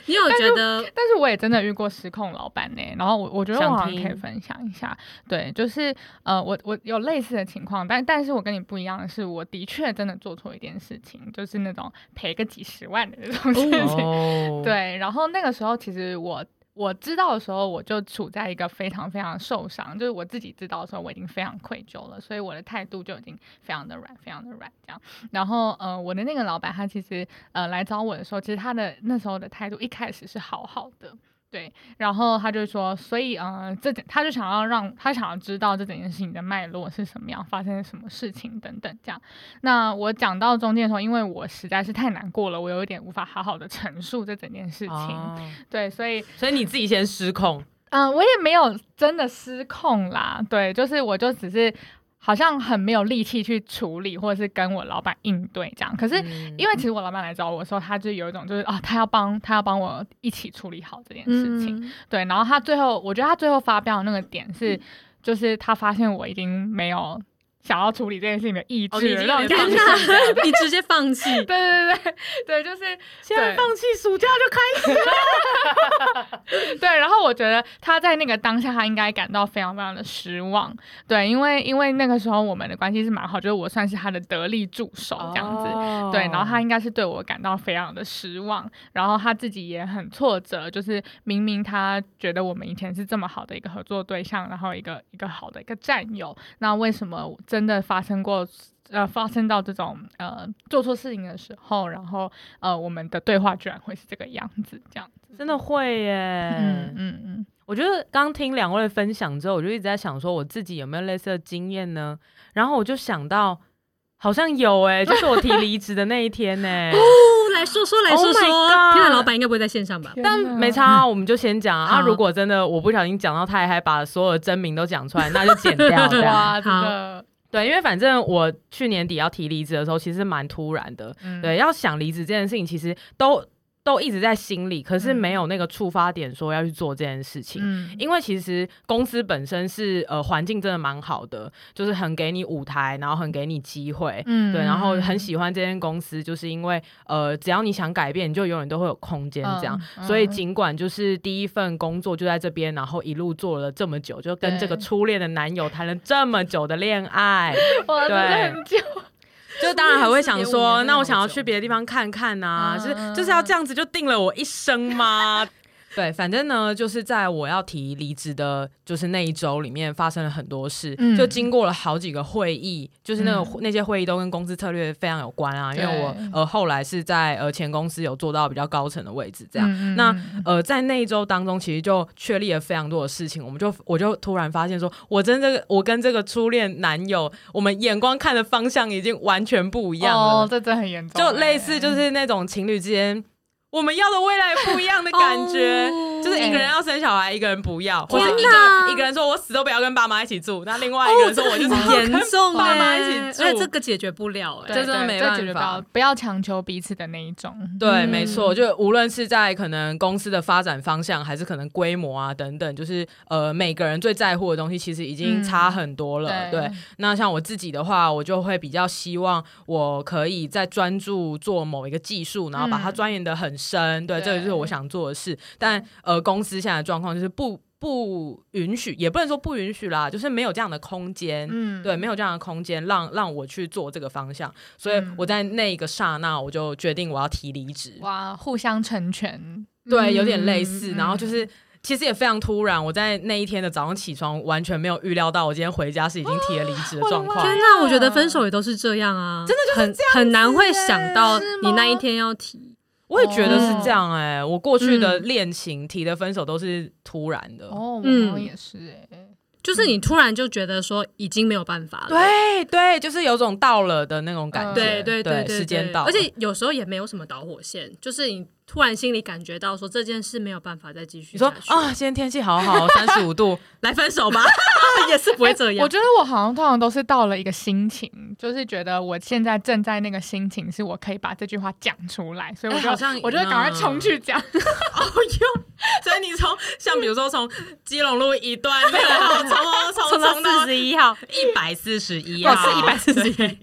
[SPEAKER 4] 你有觉得
[SPEAKER 3] 但是我也真的遇过失控老板呢、然后我我觉得我
[SPEAKER 2] 想
[SPEAKER 3] 好像
[SPEAKER 2] 听
[SPEAKER 3] 可以分享一下，对，就是呃，我我有类似的情况，但但是我跟你不一样的是，我的确真的做错一件事情，就是那种赔个几十万的那种事情，
[SPEAKER 2] 哦，
[SPEAKER 3] 对，然后那个时候其实我我知道的时候，我就处在一个非常非常受伤，就是我自己知道的时候，我已经非常愧疚了，所以我的态度就已经非常的软，非常的软这样。然后呃，我的那个老板他其实呃来找我的时候，其实他的那时候的态度一开始是好好的。对，然后他就说，所以，呃，这整他就想要让他想要知道这整件事情的脉络是什么样，发生什么事情等等这样。那我讲到中间的时候，因为我实在是太难过了，我有一点无法好好的陈述这整件事情。
[SPEAKER 2] 哦
[SPEAKER 3] 对，所以，
[SPEAKER 2] 所以你自己先失控，
[SPEAKER 3] 嗯、我也没有真的失控啦。对，就是我就只是好像很没有力气去处理，或者是跟我老板应对这样。可是。
[SPEAKER 2] 嗯
[SPEAKER 3] 因为其实我老板来找我的时候，他就有一种就是啊，他要帮他要帮我一起处理好这件事
[SPEAKER 2] 嗯
[SPEAKER 3] 情，
[SPEAKER 4] 嗯
[SPEAKER 3] 对。然后他最后，我觉得他最后发飙的那个点是，
[SPEAKER 2] 嗯
[SPEAKER 3] 就是他发现我已经没有想要处理这件事情的意
[SPEAKER 2] 哦你已
[SPEAKER 3] 志了，
[SPEAKER 2] 经
[SPEAKER 3] 那种
[SPEAKER 2] 有点
[SPEAKER 3] 感
[SPEAKER 2] 放
[SPEAKER 3] 觉
[SPEAKER 2] 弃
[SPEAKER 4] 哪， 你直接放 弃，
[SPEAKER 3] 对对对对，对，就是
[SPEAKER 2] 现在
[SPEAKER 3] 对
[SPEAKER 2] 放弃暑假就开
[SPEAKER 3] 对。然后我觉得他在那个当下，他应该感到非常非常的失望，对，因为因为那个时候我们的关系是蛮好，就是我算是他的得力助手这样子。
[SPEAKER 2] 哦
[SPEAKER 3] 对，然后他应该是对我感到非常的失望，然后他自己也很挫折，就是明明他觉得我们以前是这么好的一个合作对象，然后一个一个好的一个战友，那为什么真的发生过？呃，发生到这种呃做错事情的时候，然后呃，我们的对话居然会是这个样子，这样子。
[SPEAKER 2] 真的 会耶，
[SPEAKER 3] 嗯嗯嗯，
[SPEAKER 2] 我觉得刚听两位分享之后，我就一直在想说，我自己有没有类似的经验呢？然后我就想到，好像有 哎、就是我提离职的那一天呢、
[SPEAKER 4] 不来说说来说
[SPEAKER 2] Oh
[SPEAKER 4] 说
[SPEAKER 2] my
[SPEAKER 4] 天哪，
[SPEAKER 2] God
[SPEAKER 4] 老板应该不会在线上 吧？
[SPEAKER 2] 但没差、啊，我们就先讲啊。
[SPEAKER 4] 好
[SPEAKER 2] 啊如果真的我不小心讲到太嗨，把所有的真名都讲出来，那就剪掉。啊这样
[SPEAKER 3] 哇，真的，
[SPEAKER 2] 对，因为反正我去年底要提离职的时候，其实蛮突然的。
[SPEAKER 3] 嗯
[SPEAKER 2] 对，要想离职这件事情，其实都都一直在心里，可是
[SPEAKER 3] 嗯
[SPEAKER 2] 没有那个触发点说要去做这件事情。
[SPEAKER 3] 嗯
[SPEAKER 2] 因为其实公司本身是呃环境真的蛮好的，就是很给你舞台，然后很给你机会，
[SPEAKER 3] 嗯
[SPEAKER 2] 对，然后很
[SPEAKER 3] 喜
[SPEAKER 2] 喜欢这间公司，就是因为呃只要你想改变，你就永远都会有空间这样。
[SPEAKER 3] 嗯
[SPEAKER 2] 所以尽管就是第一份工作就在这边，然后一路做了这么久，就跟这个
[SPEAKER 3] 对
[SPEAKER 2] 初恋的男友谈了这么久的恋爱，
[SPEAKER 3] 我真的
[SPEAKER 2] 对
[SPEAKER 3] 很久，
[SPEAKER 2] 就当然还会想
[SPEAKER 4] 四年五
[SPEAKER 2] 说，
[SPEAKER 4] 年
[SPEAKER 2] 那我
[SPEAKER 4] 真的
[SPEAKER 2] 想
[SPEAKER 4] 好
[SPEAKER 2] 要
[SPEAKER 4] 久
[SPEAKER 2] 去别的地方看看呐、就
[SPEAKER 3] 嗯
[SPEAKER 2] 是就是要这样子就定了我一生吗？ 对，反正呢，就是在我要提离职的，就是那一周里面发生了很多事，
[SPEAKER 3] 嗯
[SPEAKER 2] 就经过了好几个会议，就是那个、那些会议都跟公司策略非常有关啊，因为我
[SPEAKER 3] 对
[SPEAKER 2] 呃后来是在呃前公司有做到比较高层的位置，这样，
[SPEAKER 3] 嗯嗯
[SPEAKER 2] 那
[SPEAKER 3] 嗯
[SPEAKER 2] 呃，在那一周当中，其实就确立了非常多的事情。我们就我就突然发现说，我真这个我跟这个初恋男友，我们眼光看的方向已经完全不一样了，
[SPEAKER 3] 哦，这真的很严重欸，
[SPEAKER 2] 就类似就是那种情侣之间。我们要的未来不一样的
[SPEAKER 4] 哦
[SPEAKER 2] 感觉就是一个
[SPEAKER 4] 哎
[SPEAKER 2] 人要生小孩，一个人不要，或者一个一个人说我死都不要跟爸妈一起住，那另外一个人说我就是要
[SPEAKER 4] 很
[SPEAKER 2] 跟
[SPEAKER 4] 哦严重
[SPEAKER 2] 爸妈一
[SPEAKER 4] 哎，
[SPEAKER 2] 起住，
[SPEAKER 4] 所以这个解决不了哎、
[SPEAKER 3] 对
[SPEAKER 2] 这真的
[SPEAKER 3] 对
[SPEAKER 2] 没
[SPEAKER 3] 这
[SPEAKER 2] 办
[SPEAKER 3] 解决不
[SPEAKER 2] 法
[SPEAKER 3] 了不要强求彼此的那一种，
[SPEAKER 2] 对，没
[SPEAKER 3] 嗯
[SPEAKER 2] 错，就无论是在可能公司的发展方向，还是可能规模啊等等，就是呃每个人最在乎的东西，其实已经差很多了。
[SPEAKER 3] 嗯对
[SPEAKER 2] 对，那像我自己的话，我就会比较希望我可以再专注做某一个技术，然后把它
[SPEAKER 3] 嗯
[SPEAKER 2] 钻研的很深。对，
[SPEAKER 3] 对
[SPEAKER 2] 这就是我想做的事。但呃，公司现在的状况就是不不允许，也不能说不允许啦，就是没有这样的空间。
[SPEAKER 3] 嗯
[SPEAKER 2] 对，没有这样的空间让让我去做这个方向，所以
[SPEAKER 3] 嗯
[SPEAKER 2] 我在那一个刹那，我就决定我要提离职。
[SPEAKER 3] 哇，互相成全，
[SPEAKER 2] 对，有点类似。
[SPEAKER 3] 嗯
[SPEAKER 2] 然后就是，其实也非常突然。我在那一天的早上起床，完全没有预料到我今天回家是已经提了离职的状况。
[SPEAKER 4] 天哪，我觉得分手也都是这样啊，真的就是很很难会想到你那一天要提。
[SPEAKER 2] 我也觉得是这样哎、我过去的恋情提的分手都是突然的。
[SPEAKER 3] 哦，我
[SPEAKER 4] 嗯
[SPEAKER 3] 好像也是
[SPEAKER 5] 欸
[SPEAKER 3] 哎，
[SPEAKER 4] 就是你突然就觉得说已经没有办法了，
[SPEAKER 2] 对对，就是有种到了的那种感觉。
[SPEAKER 4] 嗯对对
[SPEAKER 2] 对
[SPEAKER 4] 对对，
[SPEAKER 2] 时间
[SPEAKER 4] 对
[SPEAKER 2] 到了，
[SPEAKER 4] 而且有时候也没有什么导火线，就是你突然心里感觉到说这件事没有办法再继续
[SPEAKER 2] 你说
[SPEAKER 4] 下去了，
[SPEAKER 2] 啊，今天天气好好，三十五度，
[SPEAKER 4] 来分手 吧，也是不会这样。
[SPEAKER 3] 我觉得我好像通常都是到了一个心情，就是觉得我现在正在那个心情，是我可以把这句话讲出来，所以我
[SPEAKER 7] 哎
[SPEAKER 3] 就、
[SPEAKER 7] 好像
[SPEAKER 3] 我就会赶快
[SPEAKER 7] 嗯
[SPEAKER 3] 冲去讲。
[SPEAKER 7] 所以你从像比如说从基隆路一段六号冲冲冲冲到
[SPEAKER 4] 十一号，
[SPEAKER 7] 一百四十一
[SPEAKER 2] 哦
[SPEAKER 7] 号，
[SPEAKER 2] 是
[SPEAKER 7] 141
[SPEAKER 2] 141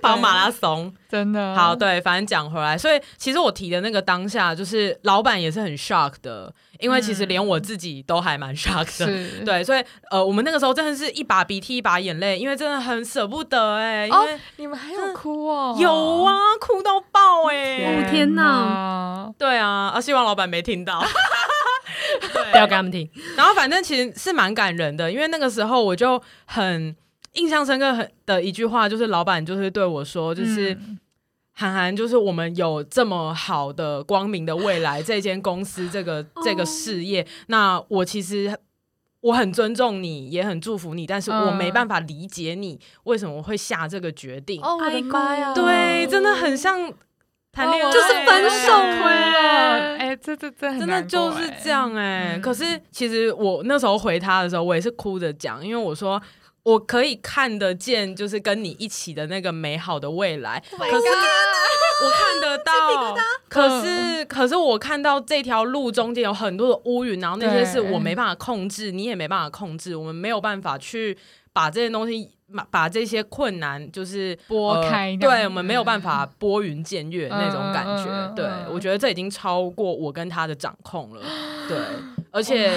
[SPEAKER 2] 跑马拉松。
[SPEAKER 7] 嗯
[SPEAKER 3] 真的
[SPEAKER 2] 好，，对，反正讲回来，所以其实我提的那个当下，就是老板也是很 shock 的，因为其实连我自己都还蛮 shock 的。
[SPEAKER 3] 是，
[SPEAKER 2] 对，所以呃，我们那个时候真的是一把鼻涕一把眼泪，因为真的很舍不得哎、因
[SPEAKER 3] 哦
[SPEAKER 2] 为，
[SPEAKER 3] 你们还有哭 哦，
[SPEAKER 2] 有，啊，哭到爆哎、
[SPEAKER 4] 哦天
[SPEAKER 3] 哪，
[SPEAKER 2] 对啊，啊，希望老板没听到。
[SPEAKER 4] 不要跟他们听。
[SPEAKER 2] 然后反正其实是蛮感人的，因为那个时候我就很印象深刻很的一句话，就是老板就是对我说，就是。
[SPEAKER 3] 嗯
[SPEAKER 2] 韩寒就是我们有这么好的光明的未来，这间公司这个
[SPEAKER 4] 哦
[SPEAKER 2] 这个事业，那我其实。我很尊重你，也很祝福你，但是我
[SPEAKER 3] 嗯
[SPEAKER 2] 没办法理解你为什么会下这个决定。
[SPEAKER 4] Oh
[SPEAKER 3] 哦，我的妈呀，
[SPEAKER 2] 对，真的很像谈恋爱，
[SPEAKER 4] 就是分手
[SPEAKER 3] 哎
[SPEAKER 4] 哎、
[SPEAKER 3] 哎，这这这很
[SPEAKER 2] 真的
[SPEAKER 3] 难过
[SPEAKER 2] 就是
[SPEAKER 3] 哎
[SPEAKER 2] 这样哎、
[SPEAKER 3] 嗯
[SPEAKER 2] 可是其实我那时候回他的时候，我也是哭着讲，因为我说我可以看得见，就是跟你一起的那个美好的未来。可是我看得到，可
[SPEAKER 3] 嗯
[SPEAKER 2] 是可是我看到这条路中间有很多的乌云，然后那些是
[SPEAKER 3] 对
[SPEAKER 2] 我没办法控制，你也没办法控制，我们没有办法去把这些东西。把把这些困难就是
[SPEAKER 3] 拨
[SPEAKER 2] 呃
[SPEAKER 3] 开这样嗯
[SPEAKER 2] 对我们没有办法拨云见月那种感觉。
[SPEAKER 3] 嗯嗯嗯嗯
[SPEAKER 2] 对
[SPEAKER 3] 嗯
[SPEAKER 2] 我觉得这已经超过我跟他的掌控 了。对，而且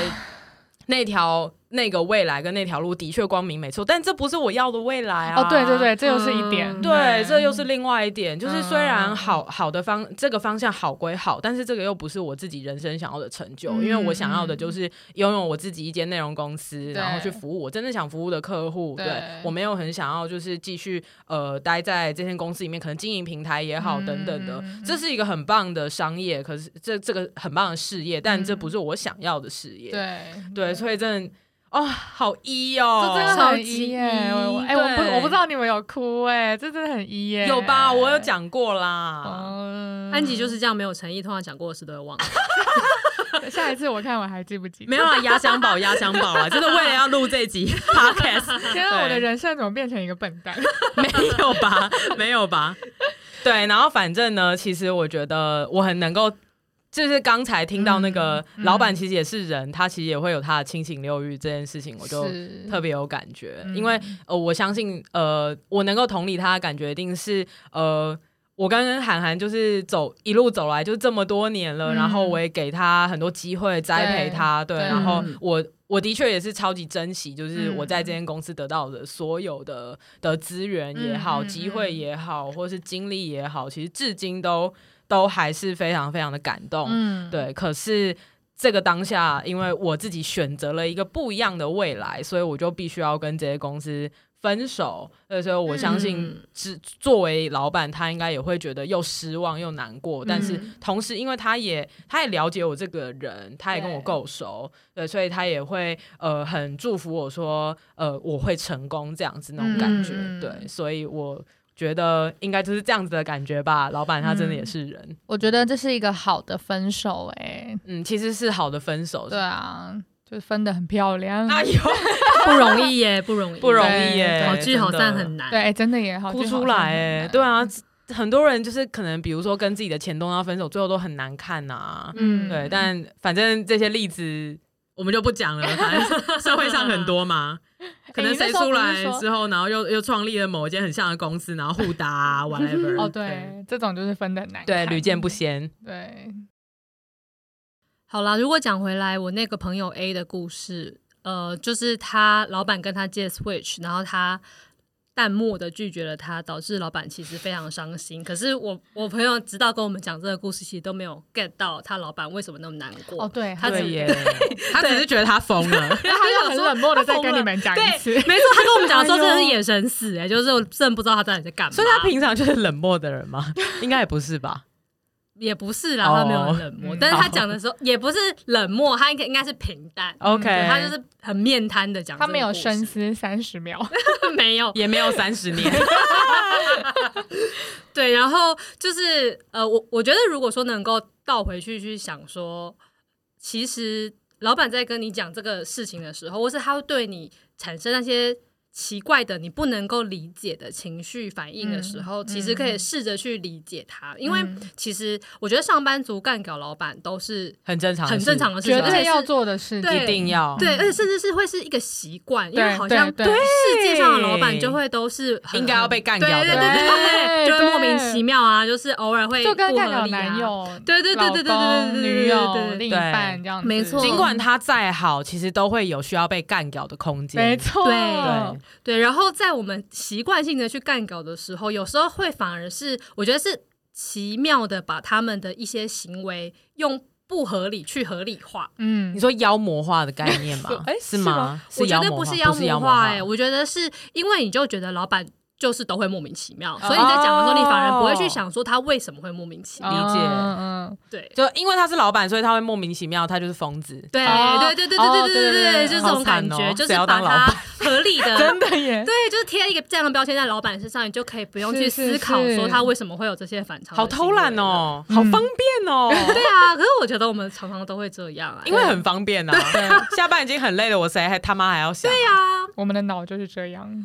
[SPEAKER 2] 那条那个未来跟那条路的确光明没错，但这不是我要的未来啊！
[SPEAKER 3] 哦，对对对，这又是一点，
[SPEAKER 4] 嗯
[SPEAKER 2] 对，这又是另外一点，就是虽然
[SPEAKER 3] 嗯
[SPEAKER 2] 好好的方这个方向好归好，但是这个又不是我自己人生想要的成就，因为我想要的
[SPEAKER 3] 嗯
[SPEAKER 2] 就是拥有我自己一间内容公司，然后去服务我真正想服务的客户。
[SPEAKER 3] 对
[SPEAKER 2] 对我没有很想要就是继续呃待在这间公司里面，可能经营平台也好
[SPEAKER 3] 嗯
[SPEAKER 2] 等等的
[SPEAKER 3] 嗯嗯，
[SPEAKER 2] 这是一个很棒的商业，可是这这个很棒的事业，但这
[SPEAKER 3] 嗯
[SPEAKER 2] 不是我想要的事业。
[SPEAKER 3] 对
[SPEAKER 2] 对，所以真的哦，好一
[SPEAKER 3] 这
[SPEAKER 2] 哦，
[SPEAKER 3] 真的
[SPEAKER 4] 超
[SPEAKER 3] 很
[SPEAKER 4] 级
[SPEAKER 3] 一耶！我
[SPEAKER 2] 一
[SPEAKER 3] 哎，我不
[SPEAKER 2] 对
[SPEAKER 3] 我不知道你们有哭哎，这真的很一耶，
[SPEAKER 2] 有吧？我有讲过啦。
[SPEAKER 3] 嗯
[SPEAKER 4] 安吉就是这样没有诚意，通常讲过的事都会忘。
[SPEAKER 3] 下一次我看我还记不记得？
[SPEAKER 7] 没有啊，压箱宝，压箱宝啊，就是为了要录这 集 podcast，
[SPEAKER 3] 天啊，
[SPEAKER 7] 对
[SPEAKER 3] 我的人生怎么变成一个笨蛋？
[SPEAKER 7] 没有吧？没有吧？
[SPEAKER 2] 对，然后反正呢，其实我觉得我很能够就是刚才听到那个
[SPEAKER 3] 嗯
[SPEAKER 2] 老板
[SPEAKER 3] 嗯
[SPEAKER 2] 其实也是人，他其实也会有他的七情六欲这件事情，我就。
[SPEAKER 3] 是
[SPEAKER 2] 特别有感觉，
[SPEAKER 3] 嗯
[SPEAKER 2] 因为呃，我相信呃，我能够同理他的感觉，一定是呃，我跟韩寒就是走一路走来就这么多年了，
[SPEAKER 3] 嗯
[SPEAKER 2] 然后我也给他很多机会栽培他，对，
[SPEAKER 3] 对
[SPEAKER 2] 然后
[SPEAKER 7] 嗯
[SPEAKER 2] 我。我的确也是超级珍惜，就是
[SPEAKER 3] 嗯
[SPEAKER 2] 我在这间公司得到的所有的的资源也
[SPEAKER 3] 嗯
[SPEAKER 2] 好、
[SPEAKER 3] 嗯
[SPEAKER 2] 机会也好，或是经历也好，其实至今都都还是非常非常的感动。
[SPEAKER 5] 嗯，
[SPEAKER 2] 对，可是这个当下，因为我自己选择了一个不一样的未来，所以我就必须要跟这些公司分手。对，所以我相信
[SPEAKER 7] 嗯
[SPEAKER 2] 只，作为老板，他应该也会觉得又失望又难过，但是
[SPEAKER 3] 嗯
[SPEAKER 2] 同时，因为他也他也了解我这个人，他也跟我
[SPEAKER 3] 对
[SPEAKER 2] 够熟，对，所以他也会呃很祝福我说，呃，我会成功这样子那种感觉。
[SPEAKER 3] 嗯嗯嗯
[SPEAKER 2] 对，所以我。觉得应该就是这样子的感觉吧，老板他真的也
[SPEAKER 3] 嗯
[SPEAKER 2] 是人，
[SPEAKER 5] 我觉得这是一个好的分手、欸，
[SPEAKER 2] 嗯其实是好的分手，
[SPEAKER 3] 对啊，就是分的很漂亮。
[SPEAKER 2] 哎 呦，
[SPEAKER 4] 不容易耶，不容易，
[SPEAKER 2] 不容
[SPEAKER 3] 嗯对
[SPEAKER 2] 易耶，
[SPEAKER 4] 好聚好
[SPEAKER 2] 真的
[SPEAKER 4] 散很难。，
[SPEAKER 3] 对，真的也好
[SPEAKER 2] 哭
[SPEAKER 3] 就
[SPEAKER 2] 出
[SPEAKER 3] 好像
[SPEAKER 2] 来
[SPEAKER 3] 很
[SPEAKER 2] 哎，
[SPEAKER 3] 难嗯
[SPEAKER 2] 对啊，很多人就是可能比如说跟自己的前东家分手，最后都很难看呐、
[SPEAKER 3] 嗯，
[SPEAKER 2] 对，但反正这些例子，
[SPEAKER 7] 我们就不讲了，反正 社会上很多 嘛。可能
[SPEAKER 3] 哎你那
[SPEAKER 7] 谁
[SPEAKER 3] 时候
[SPEAKER 7] 出
[SPEAKER 3] 不是
[SPEAKER 7] 来
[SPEAKER 3] 说
[SPEAKER 7] 之后，然后又又创立了某一间很像的公司，然后互打、 啊、whatever。
[SPEAKER 3] 哦，对，这种就是分的难看，
[SPEAKER 2] 对屡见不鲜。
[SPEAKER 3] 对，
[SPEAKER 4] 好啦，如果讲回来，我那个朋友 A 的故事，呃，就是他老板跟他借 Switch，然后他淡漠的拒绝了他，导致老板其实非常伤心。可是我我朋友直到跟我们讲这个故事，其实都没有 get 到他老板为什么那么难过。
[SPEAKER 3] 哦，对，
[SPEAKER 4] 他
[SPEAKER 3] 只
[SPEAKER 2] 对
[SPEAKER 4] 只
[SPEAKER 2] 耶，
[SPEAKER 7] 他只是觉得他疯了，
[SPEAKER 3] 因为他就很冷漠的再跟你们讲一次，
[SPEAKER 4] 没错，他跟我们讲的时候真的是眼神死、哎，就是我真的不知道他到底在干嘛。
[SPEAKER 2] 所以他平常就是冷漠的人吗？ 应该也不是吧？
[SPEAKER 4] 也不是啦，
[SPEAKER 2] 哦
[SPEAKER 4] 他没有很冷漠，
[SPEAKER 3] 嗯
[SPEAKER 4] 但是他讲的时候也不是冷漠，他应该应该是平淡。
[SPEAKER 2] OK
[SPEAKER 4] 对他就是很面瘫的讲这
[SPEAKER 3] 哦他
[SPEAKER 4] 个故事，
[SPEAKER 3] 没有深思三十秒，
[SPEAKER 4] 没有
[SPEAKER 2] 也没有三十年，
[SPEAKER 4] 对，然后就是呃，我我觉得如果说能够倒回去去想说，其实老板在跟你讲这个事情的时候，或是他会对你产生那些奇怪的、你不能够理解的情绪反应的时候，
[SPEAKER 3] 嗯
[SPEAKER 4] 其实可以试着去理解他，因为其实我觉得上班族干搞老板都是
[SPEAKER 2] 很正常，
[SPEAKER 4] 很正常，的事情，
[SPEAKER 3] 绝
[SPEAKER 4] 而且
[SPEAKER 3] 对
[SPEAKER 4] 是
[SPEAKER 3] 要做的事情，
[SPEAKER 4] 对
[SPEAKER 2] 一定要。
[SPEAKER 4] 对，而且甚至是会是一个习惯，因为
[SPEAKER 3] 对
[SPEAKER 4] 好像
[SPEAKER 3] 对对
[SPEAKER 4] 世界上的老板就会都是很
[SPEAKER 2] 应该要被干
[SPEAKER 4] 对
[SPEAKER 2] 掉的
[SPEAKER 4] 对对对对，
[SPEAKER 3] 对
[SPEAKER 4] 就会
[SPEAKER 3] 对
[SPEAKER 4] 莫名其妙啊，就是偶尔会
[SPEAKER 3] 就跟
[SPEAKER 4] 不
[SPEAKER 3] 干
[SPEAKER 4] 合
[SPEAKER 3] 掉
[SPEAKER 4] 理啊
[SPEAKER 3] 男。友，
[SPEAKER 4] 对对对对对对
[SPEAKER 3] 老
[SPEAKER 4] 对对
[SPEAKER 3] 公
[SPEAKER 4] 对
[SPEAKER 3] 女
[SPEAKER 4] 对
[SPEAKER 3] 友、
[SPEAKER 4] 对
[SPEAKER 3] 另一
[SPEAKER 2] 对
[SPEAKER 3] 半这样子，
[SPEAKER 4] 没错
[SPEAKER 2] 尽管他再好，其实都会有需要被干掉的空间。
[SPEAKER 3] 没错，
[SPEAKER 4] 对
[SPEAKER 2] 对，
[SPEAKER 4] 对，然后在我们习惯性的去干搞的时候，有时候会反而是我觉得是奇妙的把他们的一些行为用不合理去合理化。
[SPEAKER 3] 嗯？
[SPEAKER 2] 你，说妖魔化的概念吗
[SPEAKER 3] 哎
[SPEAKER 2] 是
[SPEAKER 3] 是
[SPEAKER 2] 吗
[SPEAKER 3] 吗？
[SPEAKER 4] 我觉得
[SPEAKER 2] 魔
[SPEAKER 4] 不
[SPEAKER 2] 化
[SPEAKER 4] 是
[SPEAKER 2] 不
[SPEAKER 4] 妖
[SPEAKER 2] 是妖
[SPEAKER 4] 魔
[SPEAKER 2] 魔
[SPEAKER 4] 化，
[SPEAKER 2] 化，
[SPEAKER 4] 哎，我觉得是因为你就觉得老板就是都会莫名其妙，所以你在讲的时候，你反而不会去想说他为什么会莫名
[SPEAKER 3] 哦
[SPEAKER 4] 其妙。
[SPEAKER 2] 理解
[SPEAKER 3] 嗯嗯，
[SPEAKER 4] 对
[SPEAKER 2] 就因为他是老板，所以他会莫名其妙，他就是疯子。啊
[SPEAKER 4] 对
[SPEAKER 3] 哦
[SPEAKER 4] 对对对
[SPEAKER 3] 哦
[SPEAKER 4] 对对对
[SPEAKER 3] 对对对
[SPEAKER 4] 对，就是这
[SPEAKER 2] 好
[SPEAKER 4] 种感
[SPEAKER 2] 惨哦
[SPEAKER 4] 觉，就是
[SPEAKER 2] 谁要
[SPEAKER 4] 把
[SPEAKER 2] 当老
[SPEAKER 4] 它
[SPEAKER 2] 板
[SPEAKER 4] 合理 的
[SPEAKER 3] 真的耶，
[SPEAKER 4] 对，就是贴一个这样的标签在老板身上，你就可以不用去
[SPEAKER 3] 是是
[SPEAKER 4] 思考
[SPEAKER 3] 是
[SPEAKER 4] 说他为什么会有这些反常。
[SPEAKER 2] 好偷懒！哦，好
[SPEAKER 3] 嗯
[SPEAKER 2] 方便哦，
[SPEAKER 4] 对啊，可是我觉得我们常常都会这样啊，
[SPEAKER 2] 因为很方便啊。下班已经很累了，我谁还他妈还要想？对
[SPEAKER 4] 对啊。
[SPEAKER 3] 我们的脑就是这样，
[SPEAKER 4] 嗯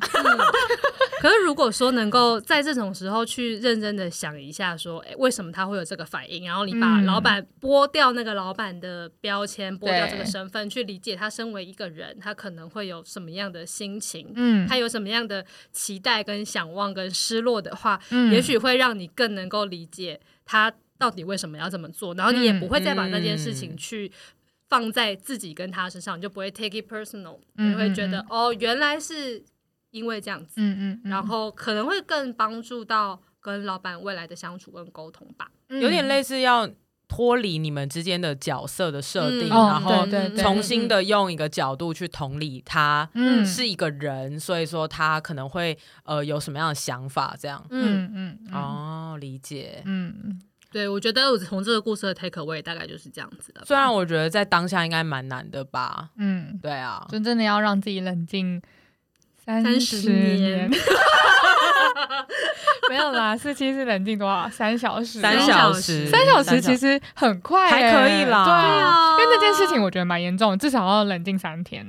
[SPEAKER 4] 可是如果说能够在这种时候去认真的想一下说，哎，为什么他会有这个反应？然后你把
[SPEAKER 3] 嗯
[SPEAKER 4] 老板剥掉那个老板的标签，剥掉这个
[SPEAKER 3] 对
[SPEAKER 4] 身份，去理解他身为一个人，他可能会有什么样的心情，
[SPEAKER 3] 嗯
[SPEAKER 4] 他有什么样的期待、跟想望、跟失落的话，
[SPEAKER 3] 嗯
[SPEAKER 4] 也许会让你更能够理解他到底为什么要这么做，然后你也
[SPEAKER 3] 嗯
[SPEAKER 4] 不会再把那件事情
[SPEAKER 2] 嗯
[SPEAKER 4] 去放在自己跟他身上，你就不会 take it personal，
[SPEAKER 3] 嗯
[SPEAKER 4] 你会觉
[SPEAKER 3] 嗯
[SPEAKER 4] 得
[SPEAKER 3] 嗯
[SPEAKER 4] 哦，原来是因为这样子，
[SPEAKER 3] 嗯嗯，
[SPEAKER 4] 然后可能会更帮助到跟老板未来的相处跟沟通吧。
[SPEAKER 2] 有点类似要脱离你们之间的角色的设定，
[SPEAKER 4] 嗯
[SPEAKER 3] 哦
[SPEAKER 2] 然后
[SPEAKER 3] 对对对
[SPEAKER 2] 重新的用一个角度去同理他
[SPEAKER 3] 嗯
[SPEAKER 2] 是一个人，所以说他可能会呃有什么样的想法这样。
[SPEAKER 4] 嗯，
[SPEAKER 3] 嗯嗯哦
[SPEAKER 2] 哦，理解。
[SPEAKER 3] 嗯
[SPEAKER 4] 对，我觉得我从这个故事的 take away 大概就是这样子的吧。
[SPEAKER 2] 虽然我觉得在当下应该蛮难的吧，
[SPEAKER 3] 嗯，
[SPEAKER 2] 对啊，
[SPEAKER 3] 就真的要让自己冷静三
[SPEAKER 4] 30年
[SPEAKER 3] 年。没有啦，四期是冷静多少？三小时哦，
[SPEAKER 2] 三小时，
[SPEAKER 3] 三小时其实很快、
[SPEAKER 2] 还
[SPEAKER 3] 欸，
[SPEAKER 2] 可以啦
[SPEAKER 3] 对
[SPEAKER 2] 对
[SPEAKER 3] 啊
[SPEAKER 4] 啊，
[SPEAKER 3] 因为那件事情我觉得蛮严重的，至少要冷静三天。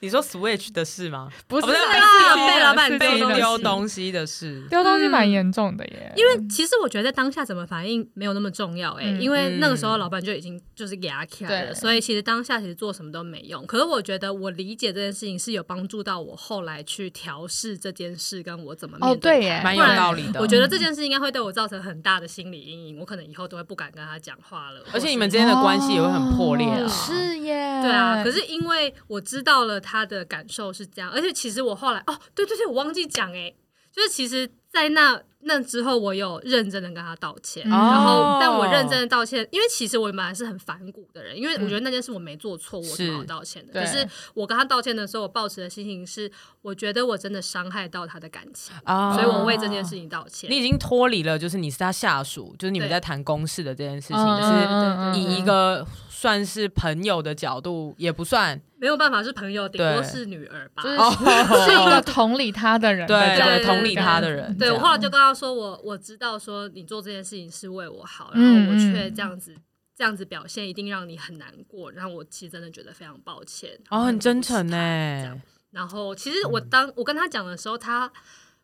[SPEAKER 7] 你说 Switch 的事吗？
[SPEAKER 3] 不
[SPEAKER 7] 哦
[SPEAKER 3] 是
[SPEAKER 7] 不是
[SPEAKER 3] 啦
[SPEAKER 4] 啊
[SPEAKER 3] 是
[SPEAKER 4] 被老
[SPEAKER 3] 丢
[SPEAKER 4] 板
[SPEAKER 7] 被
[SPEAKER 4] 东西
[SPEAKER 7] 丢东西的事。
[SPEAKER 3] 丢东西蛮
[SPEAKER 4] 嗯
[SPEAKER 3] 严重的耶，
[SPEAKER 4] 因为其实我觉得在当下怎么反应没有那么重要哎、欸
[SPEAKER 3] 嗯
[SPEAKER 4] 因为那个时候老板就已经就是牙起来了，
[SPEAKER 3] 对
[SPEAKER 4] 所以其实当下其实做什么都没用。可是我觉得我理解这件事情是有帮助到我后来去调试这件事，跟我怎么面
[SPEAKER 3] 哦对耶
[SPEAKER 4] 它
[SPEAKER 3] 蛮
[SPEAKER 2] 有
[SPEAKER 4] 不然
[SPEAKER 2] 道理的
[SPEAKER 4] 我觉得这件事应该会对我造成很大的心理阴影，我可能以后都会不敢跟他讲话了。
[SPEAKER 2] 而且你
[SPEAKER 4] 或
[SPEAKER 2] 们
[SPEAKER 4] 是哦
[SPEAKER 2] 之间的关系也会很破裂
[SPEAKER 3] 哦
[SPEAKER 2] 啊。
[SPEAKER 5] 是耶，
[SPEAKER 4] 对啊，可是因为我知道了他的感受是这样，而且其实我后来哦，对对对，我忘记讲哎、就是其实，在那那之后，我有认真的跟他道歉，
[SPEAKER 3] 嗯
[SPEAKER 4] 然
[SPEAKER 2] 哦
[SPEAKER 4] 后但我认真的道歉，因为其实我本来是很反骨的人，因为我觉得那件事我没做错，我是
[SPEAKER 2] 是
[SPEAKER 4] 好道歉的。
[SPEAKER 3] 对
[SPEAKER 4] 可是我跟他道歉的时候，我抱持的心情是，我觉得我真的伤害到他的感情，
[SPEAKER 2] 啊
[SPEAKER 4] 所以我为这件事情道歉。
[SPEAKER 2] 你已经脱离了，就是你是他下属，就是你们
[SPEAKER 4] 对
[SPEAKER 2] 在谈公事的这件事情，
[SPEAKER 3] 嗯
[SPEAKER 2] 就是
[SPEAKER 3] 嗯嗯
[SPEAKER 2] 以一个算是朋友的角度，也不算
[SPEAKER 4] 没有办法是朋友，顶
[SPEAKER 2] 对
[SPEAKER 4] 多是女儿吧。
[SPEAKER 3] 就是
[SPEAKER 2] 哦
[SPEAKER 3] 是一个嗯同理他的人的
[SPEAKER 2] 对
[SPEAKER 3] 角度，
[SPEAKER 4] 对同
[SPEAKER 2] 理他的人这
[SPEAKER 4] 对我
[SPEAKER 2] 样
[SPEAKER 4] 后来就跟他说我，我知道说你做这件事情是为我好，然
[SPEAKER 3] 嗯
[SPEAKER 4] 后我却这样子、这样子表现，一定让你很难过。然后我其实真的觉得非常抱歉。
[SPEAKER 2] 哦，很真诚欸
[SPEAKER 4] 呢。这
[SPEAKER 2] 呢
[SPEAKER 4] 样。然后其实
[SPEAKER 3] 嗯
[SPEAKER 4] 我当我跟他讲的时候，他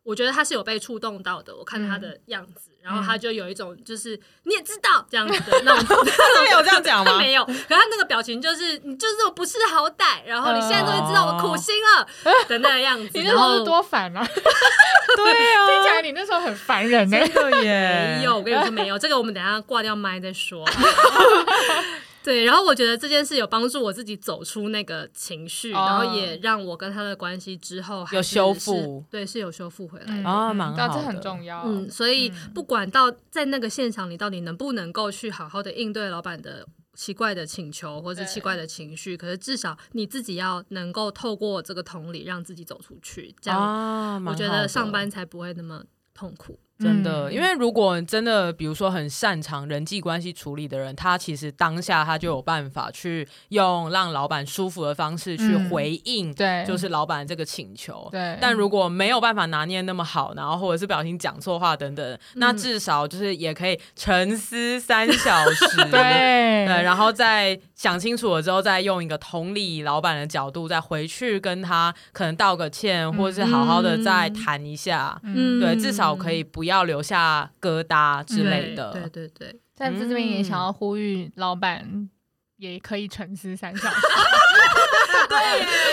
[SPEAKER 4] 我觉得他是有被触动到的。我看他
[SPEAKER 3] 嗯
[SPEAKER 4] 的样子，然后他就有一种就是你也知道这样子的那 种
[SPEAKER 2] 他没有这样讲
[SPEAKER 4] 他
[SPEAKER 2] 吗？
[SPEAKER 4] 没有，可他那个表情就是你就是我不是好歹，然后你现在终于知道我苦心了、的那个样子。
[SPEAKER 3] 嗯 你那时
[SPEAKER 4] 然
[SPEAKER 3] 候
[SPEAKER 4] 后
[SPEAKER 3] 是多烦 啊！听
[SPEAKER 2] 对啊，
[SPEAKER 3] 起来你那时候很烦人欸呢。
[SPEAKER 2] 真的耶，
[SPEAKER 3] 哎
[SPEAKER 4] 没有，我跟你说没有，这个我们等一下挂掉麦再说。 对，然后我觉得这件事有帮助我自己走出那个情绪，
[SPEAKER 3] 哦
[SPEAKER 4] 然后也让我跟他的关系之后还是
[SPEAKER 2] 有修复
[SPEAKER 4] 是对，是有修复回来的。
[SPEAKER 2] 啊蛮
[SPEAKER 3] 对啊
[SPEAKER 2] 好
[SPEAKER 3] 这
[SPEAKER 2] 的
[SPEAKER 3] 很重要。
[SPEAKER 4] 嗯，所以
[SPEAKER 3] 嗯
[SPEAKER 4] 不管到在那个现场，你到底能不能够去好好的应对老板的奇怪的请求或是
[SPEAKER 3] 对
[SPEAKER 4] 奇怪的情绪，可是至少你自己要能够透过这个同理让自己走出去，这样
[SPEAKER 2] 啊，
[SPEAKER 4] 我
[SPEAKER 2] 蛮
[SPEAKER 4] 觉
[SPEAKER 2] 好
[SPEAKER 4] 得
[SPEAKER 2] 的
[SPEAKER 4] 上班才嗯不会那么痛苦。
[SPEAKER 2] 真的，因为
[SPEAKER 3] 为
[SPEAKER 2] 如果真的，比如说很擅长人际关系处理的人，他其实当下他就有办法去用让老板舒服的方式去
[SPEAKER 3] 嗯
[SPEAKER 2] 回应，
[SPEAKER 3] 对
[SPEAKER 2] 就是老板这个请求。
[SPEAKER 3] 对，。
[SPEAKER 2] 但如果没有办法拿捏那么好，然后或者是不小心讲错话等等，那至少就是也可以沉思三小时
[SPEAKER 3] 对
[SPEAKER 2] 对，然后再想清楚了之后，再用一个同理老板的角度，再回去跟他可能道个歉，或者是好好的再谈一下。
[SPEAKER 3] 嗯
[SPEAKER 2] 对，至少可以不要留下疙瘩之类的。
[SPEAKER 4] 对对对对，
[SPEAKER 3] 在这边也想要呼吁老板，也可以沉思三小时。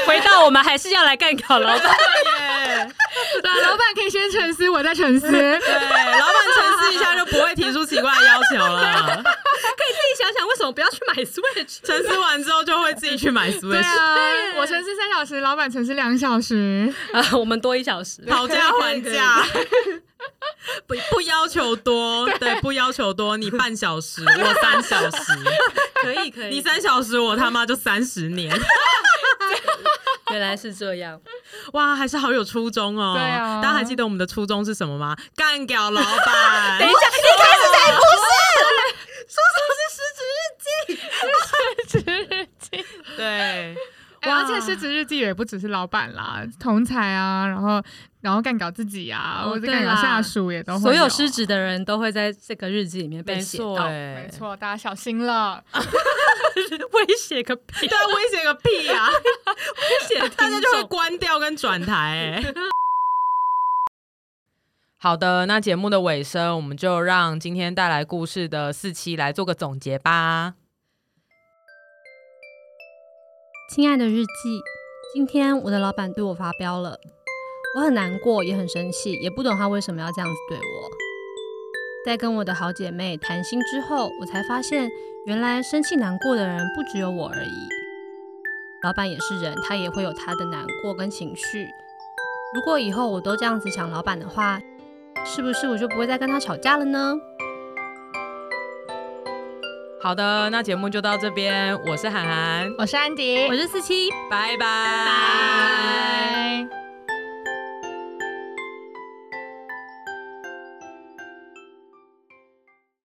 [SPEAKER 4] 回到我们还是要来干搞 老板，
[SPEAKER 3] 对， 老板可以先沉思，我再沉思。
[SPEAKER 7] 对，老板沉思一下就不会提出奇怪的要求 了。
[SPEAKER 4] 自己想想为什么不要去买 Switch？
[SPEAKER 7] 沉思完之后就会自己去买 Switch。
[SPEAKER 3] 对啊，我沉思三小时，老板沉思两小时。
[SPEAKER 4] 啊，我们多一 小 时。
[SPEAKER 7] 讨价还价， 不不要求多，对，不要求多，你半小时，我三小时，
[SPEAKER 4] 可以可以，
[SPEAKER 7] 你三小时，我他妈就三十年，
[SPEAKER 4] 原来是这样，
[SPEAKER 7] 哇，还是好有初衷哦。
[SPEAKER 3] 对啊
[SPEAKER 7] 大家还记得我们的初衷是什么吗？干掉老板，等一下， 对，
[SPEAKER 3] 哎而且失职日记也不只是老板啦，同才啊，然后然后干搞自己啊，
[SPEAKER 4] 哦
[SPEAKER 3] 或者
[SPEAKER 4] 对
[SPEAKER 3] 干搞
[SPEAKER 4] 啦
[SPEAKER 3] 下属也都会。
[SPEAKER 4] 所有失职，的人都会在这个日记里面被写到，
[SPEAKER 2] 哎
[SPEAKER 3] 没错，大家小心了。
[SPEAKER 4] 威胁个屁，
[SPEAKER 7] 对啊，威胁个屁啊！
[SPEAKER 4] 威胁
[SPEAKER 7] 大家就会关掉跟转台、哎，
[SPEAKER 2] 好的，那节目的尾声，我们就让今天带来故事的四期来做个总结吧。
[SPEAKER 4] 亲爱的日记，今天我的老板对我发飙了，我很难过，也很生气，也不懂他为什么要这样子对我。在跟我的好姐妹谈心之后，我才发现，原来生气难过的人不只有我而已。老板也是人，他也会有他的难过跟情绪。如果以后我都这样子想老板的话，是不是我就不会再跟他吵架了呢？
[SPEAKER 2] 好的，那节目就到这边，我是涵涵，
[SPEAKER 3] 我是安迪，
[SPEAKER 4] 我是四七，
[SPEAKER 2] 拜拜。
[SPEAKER 4] 拜
[SPEAKER 3] 拜。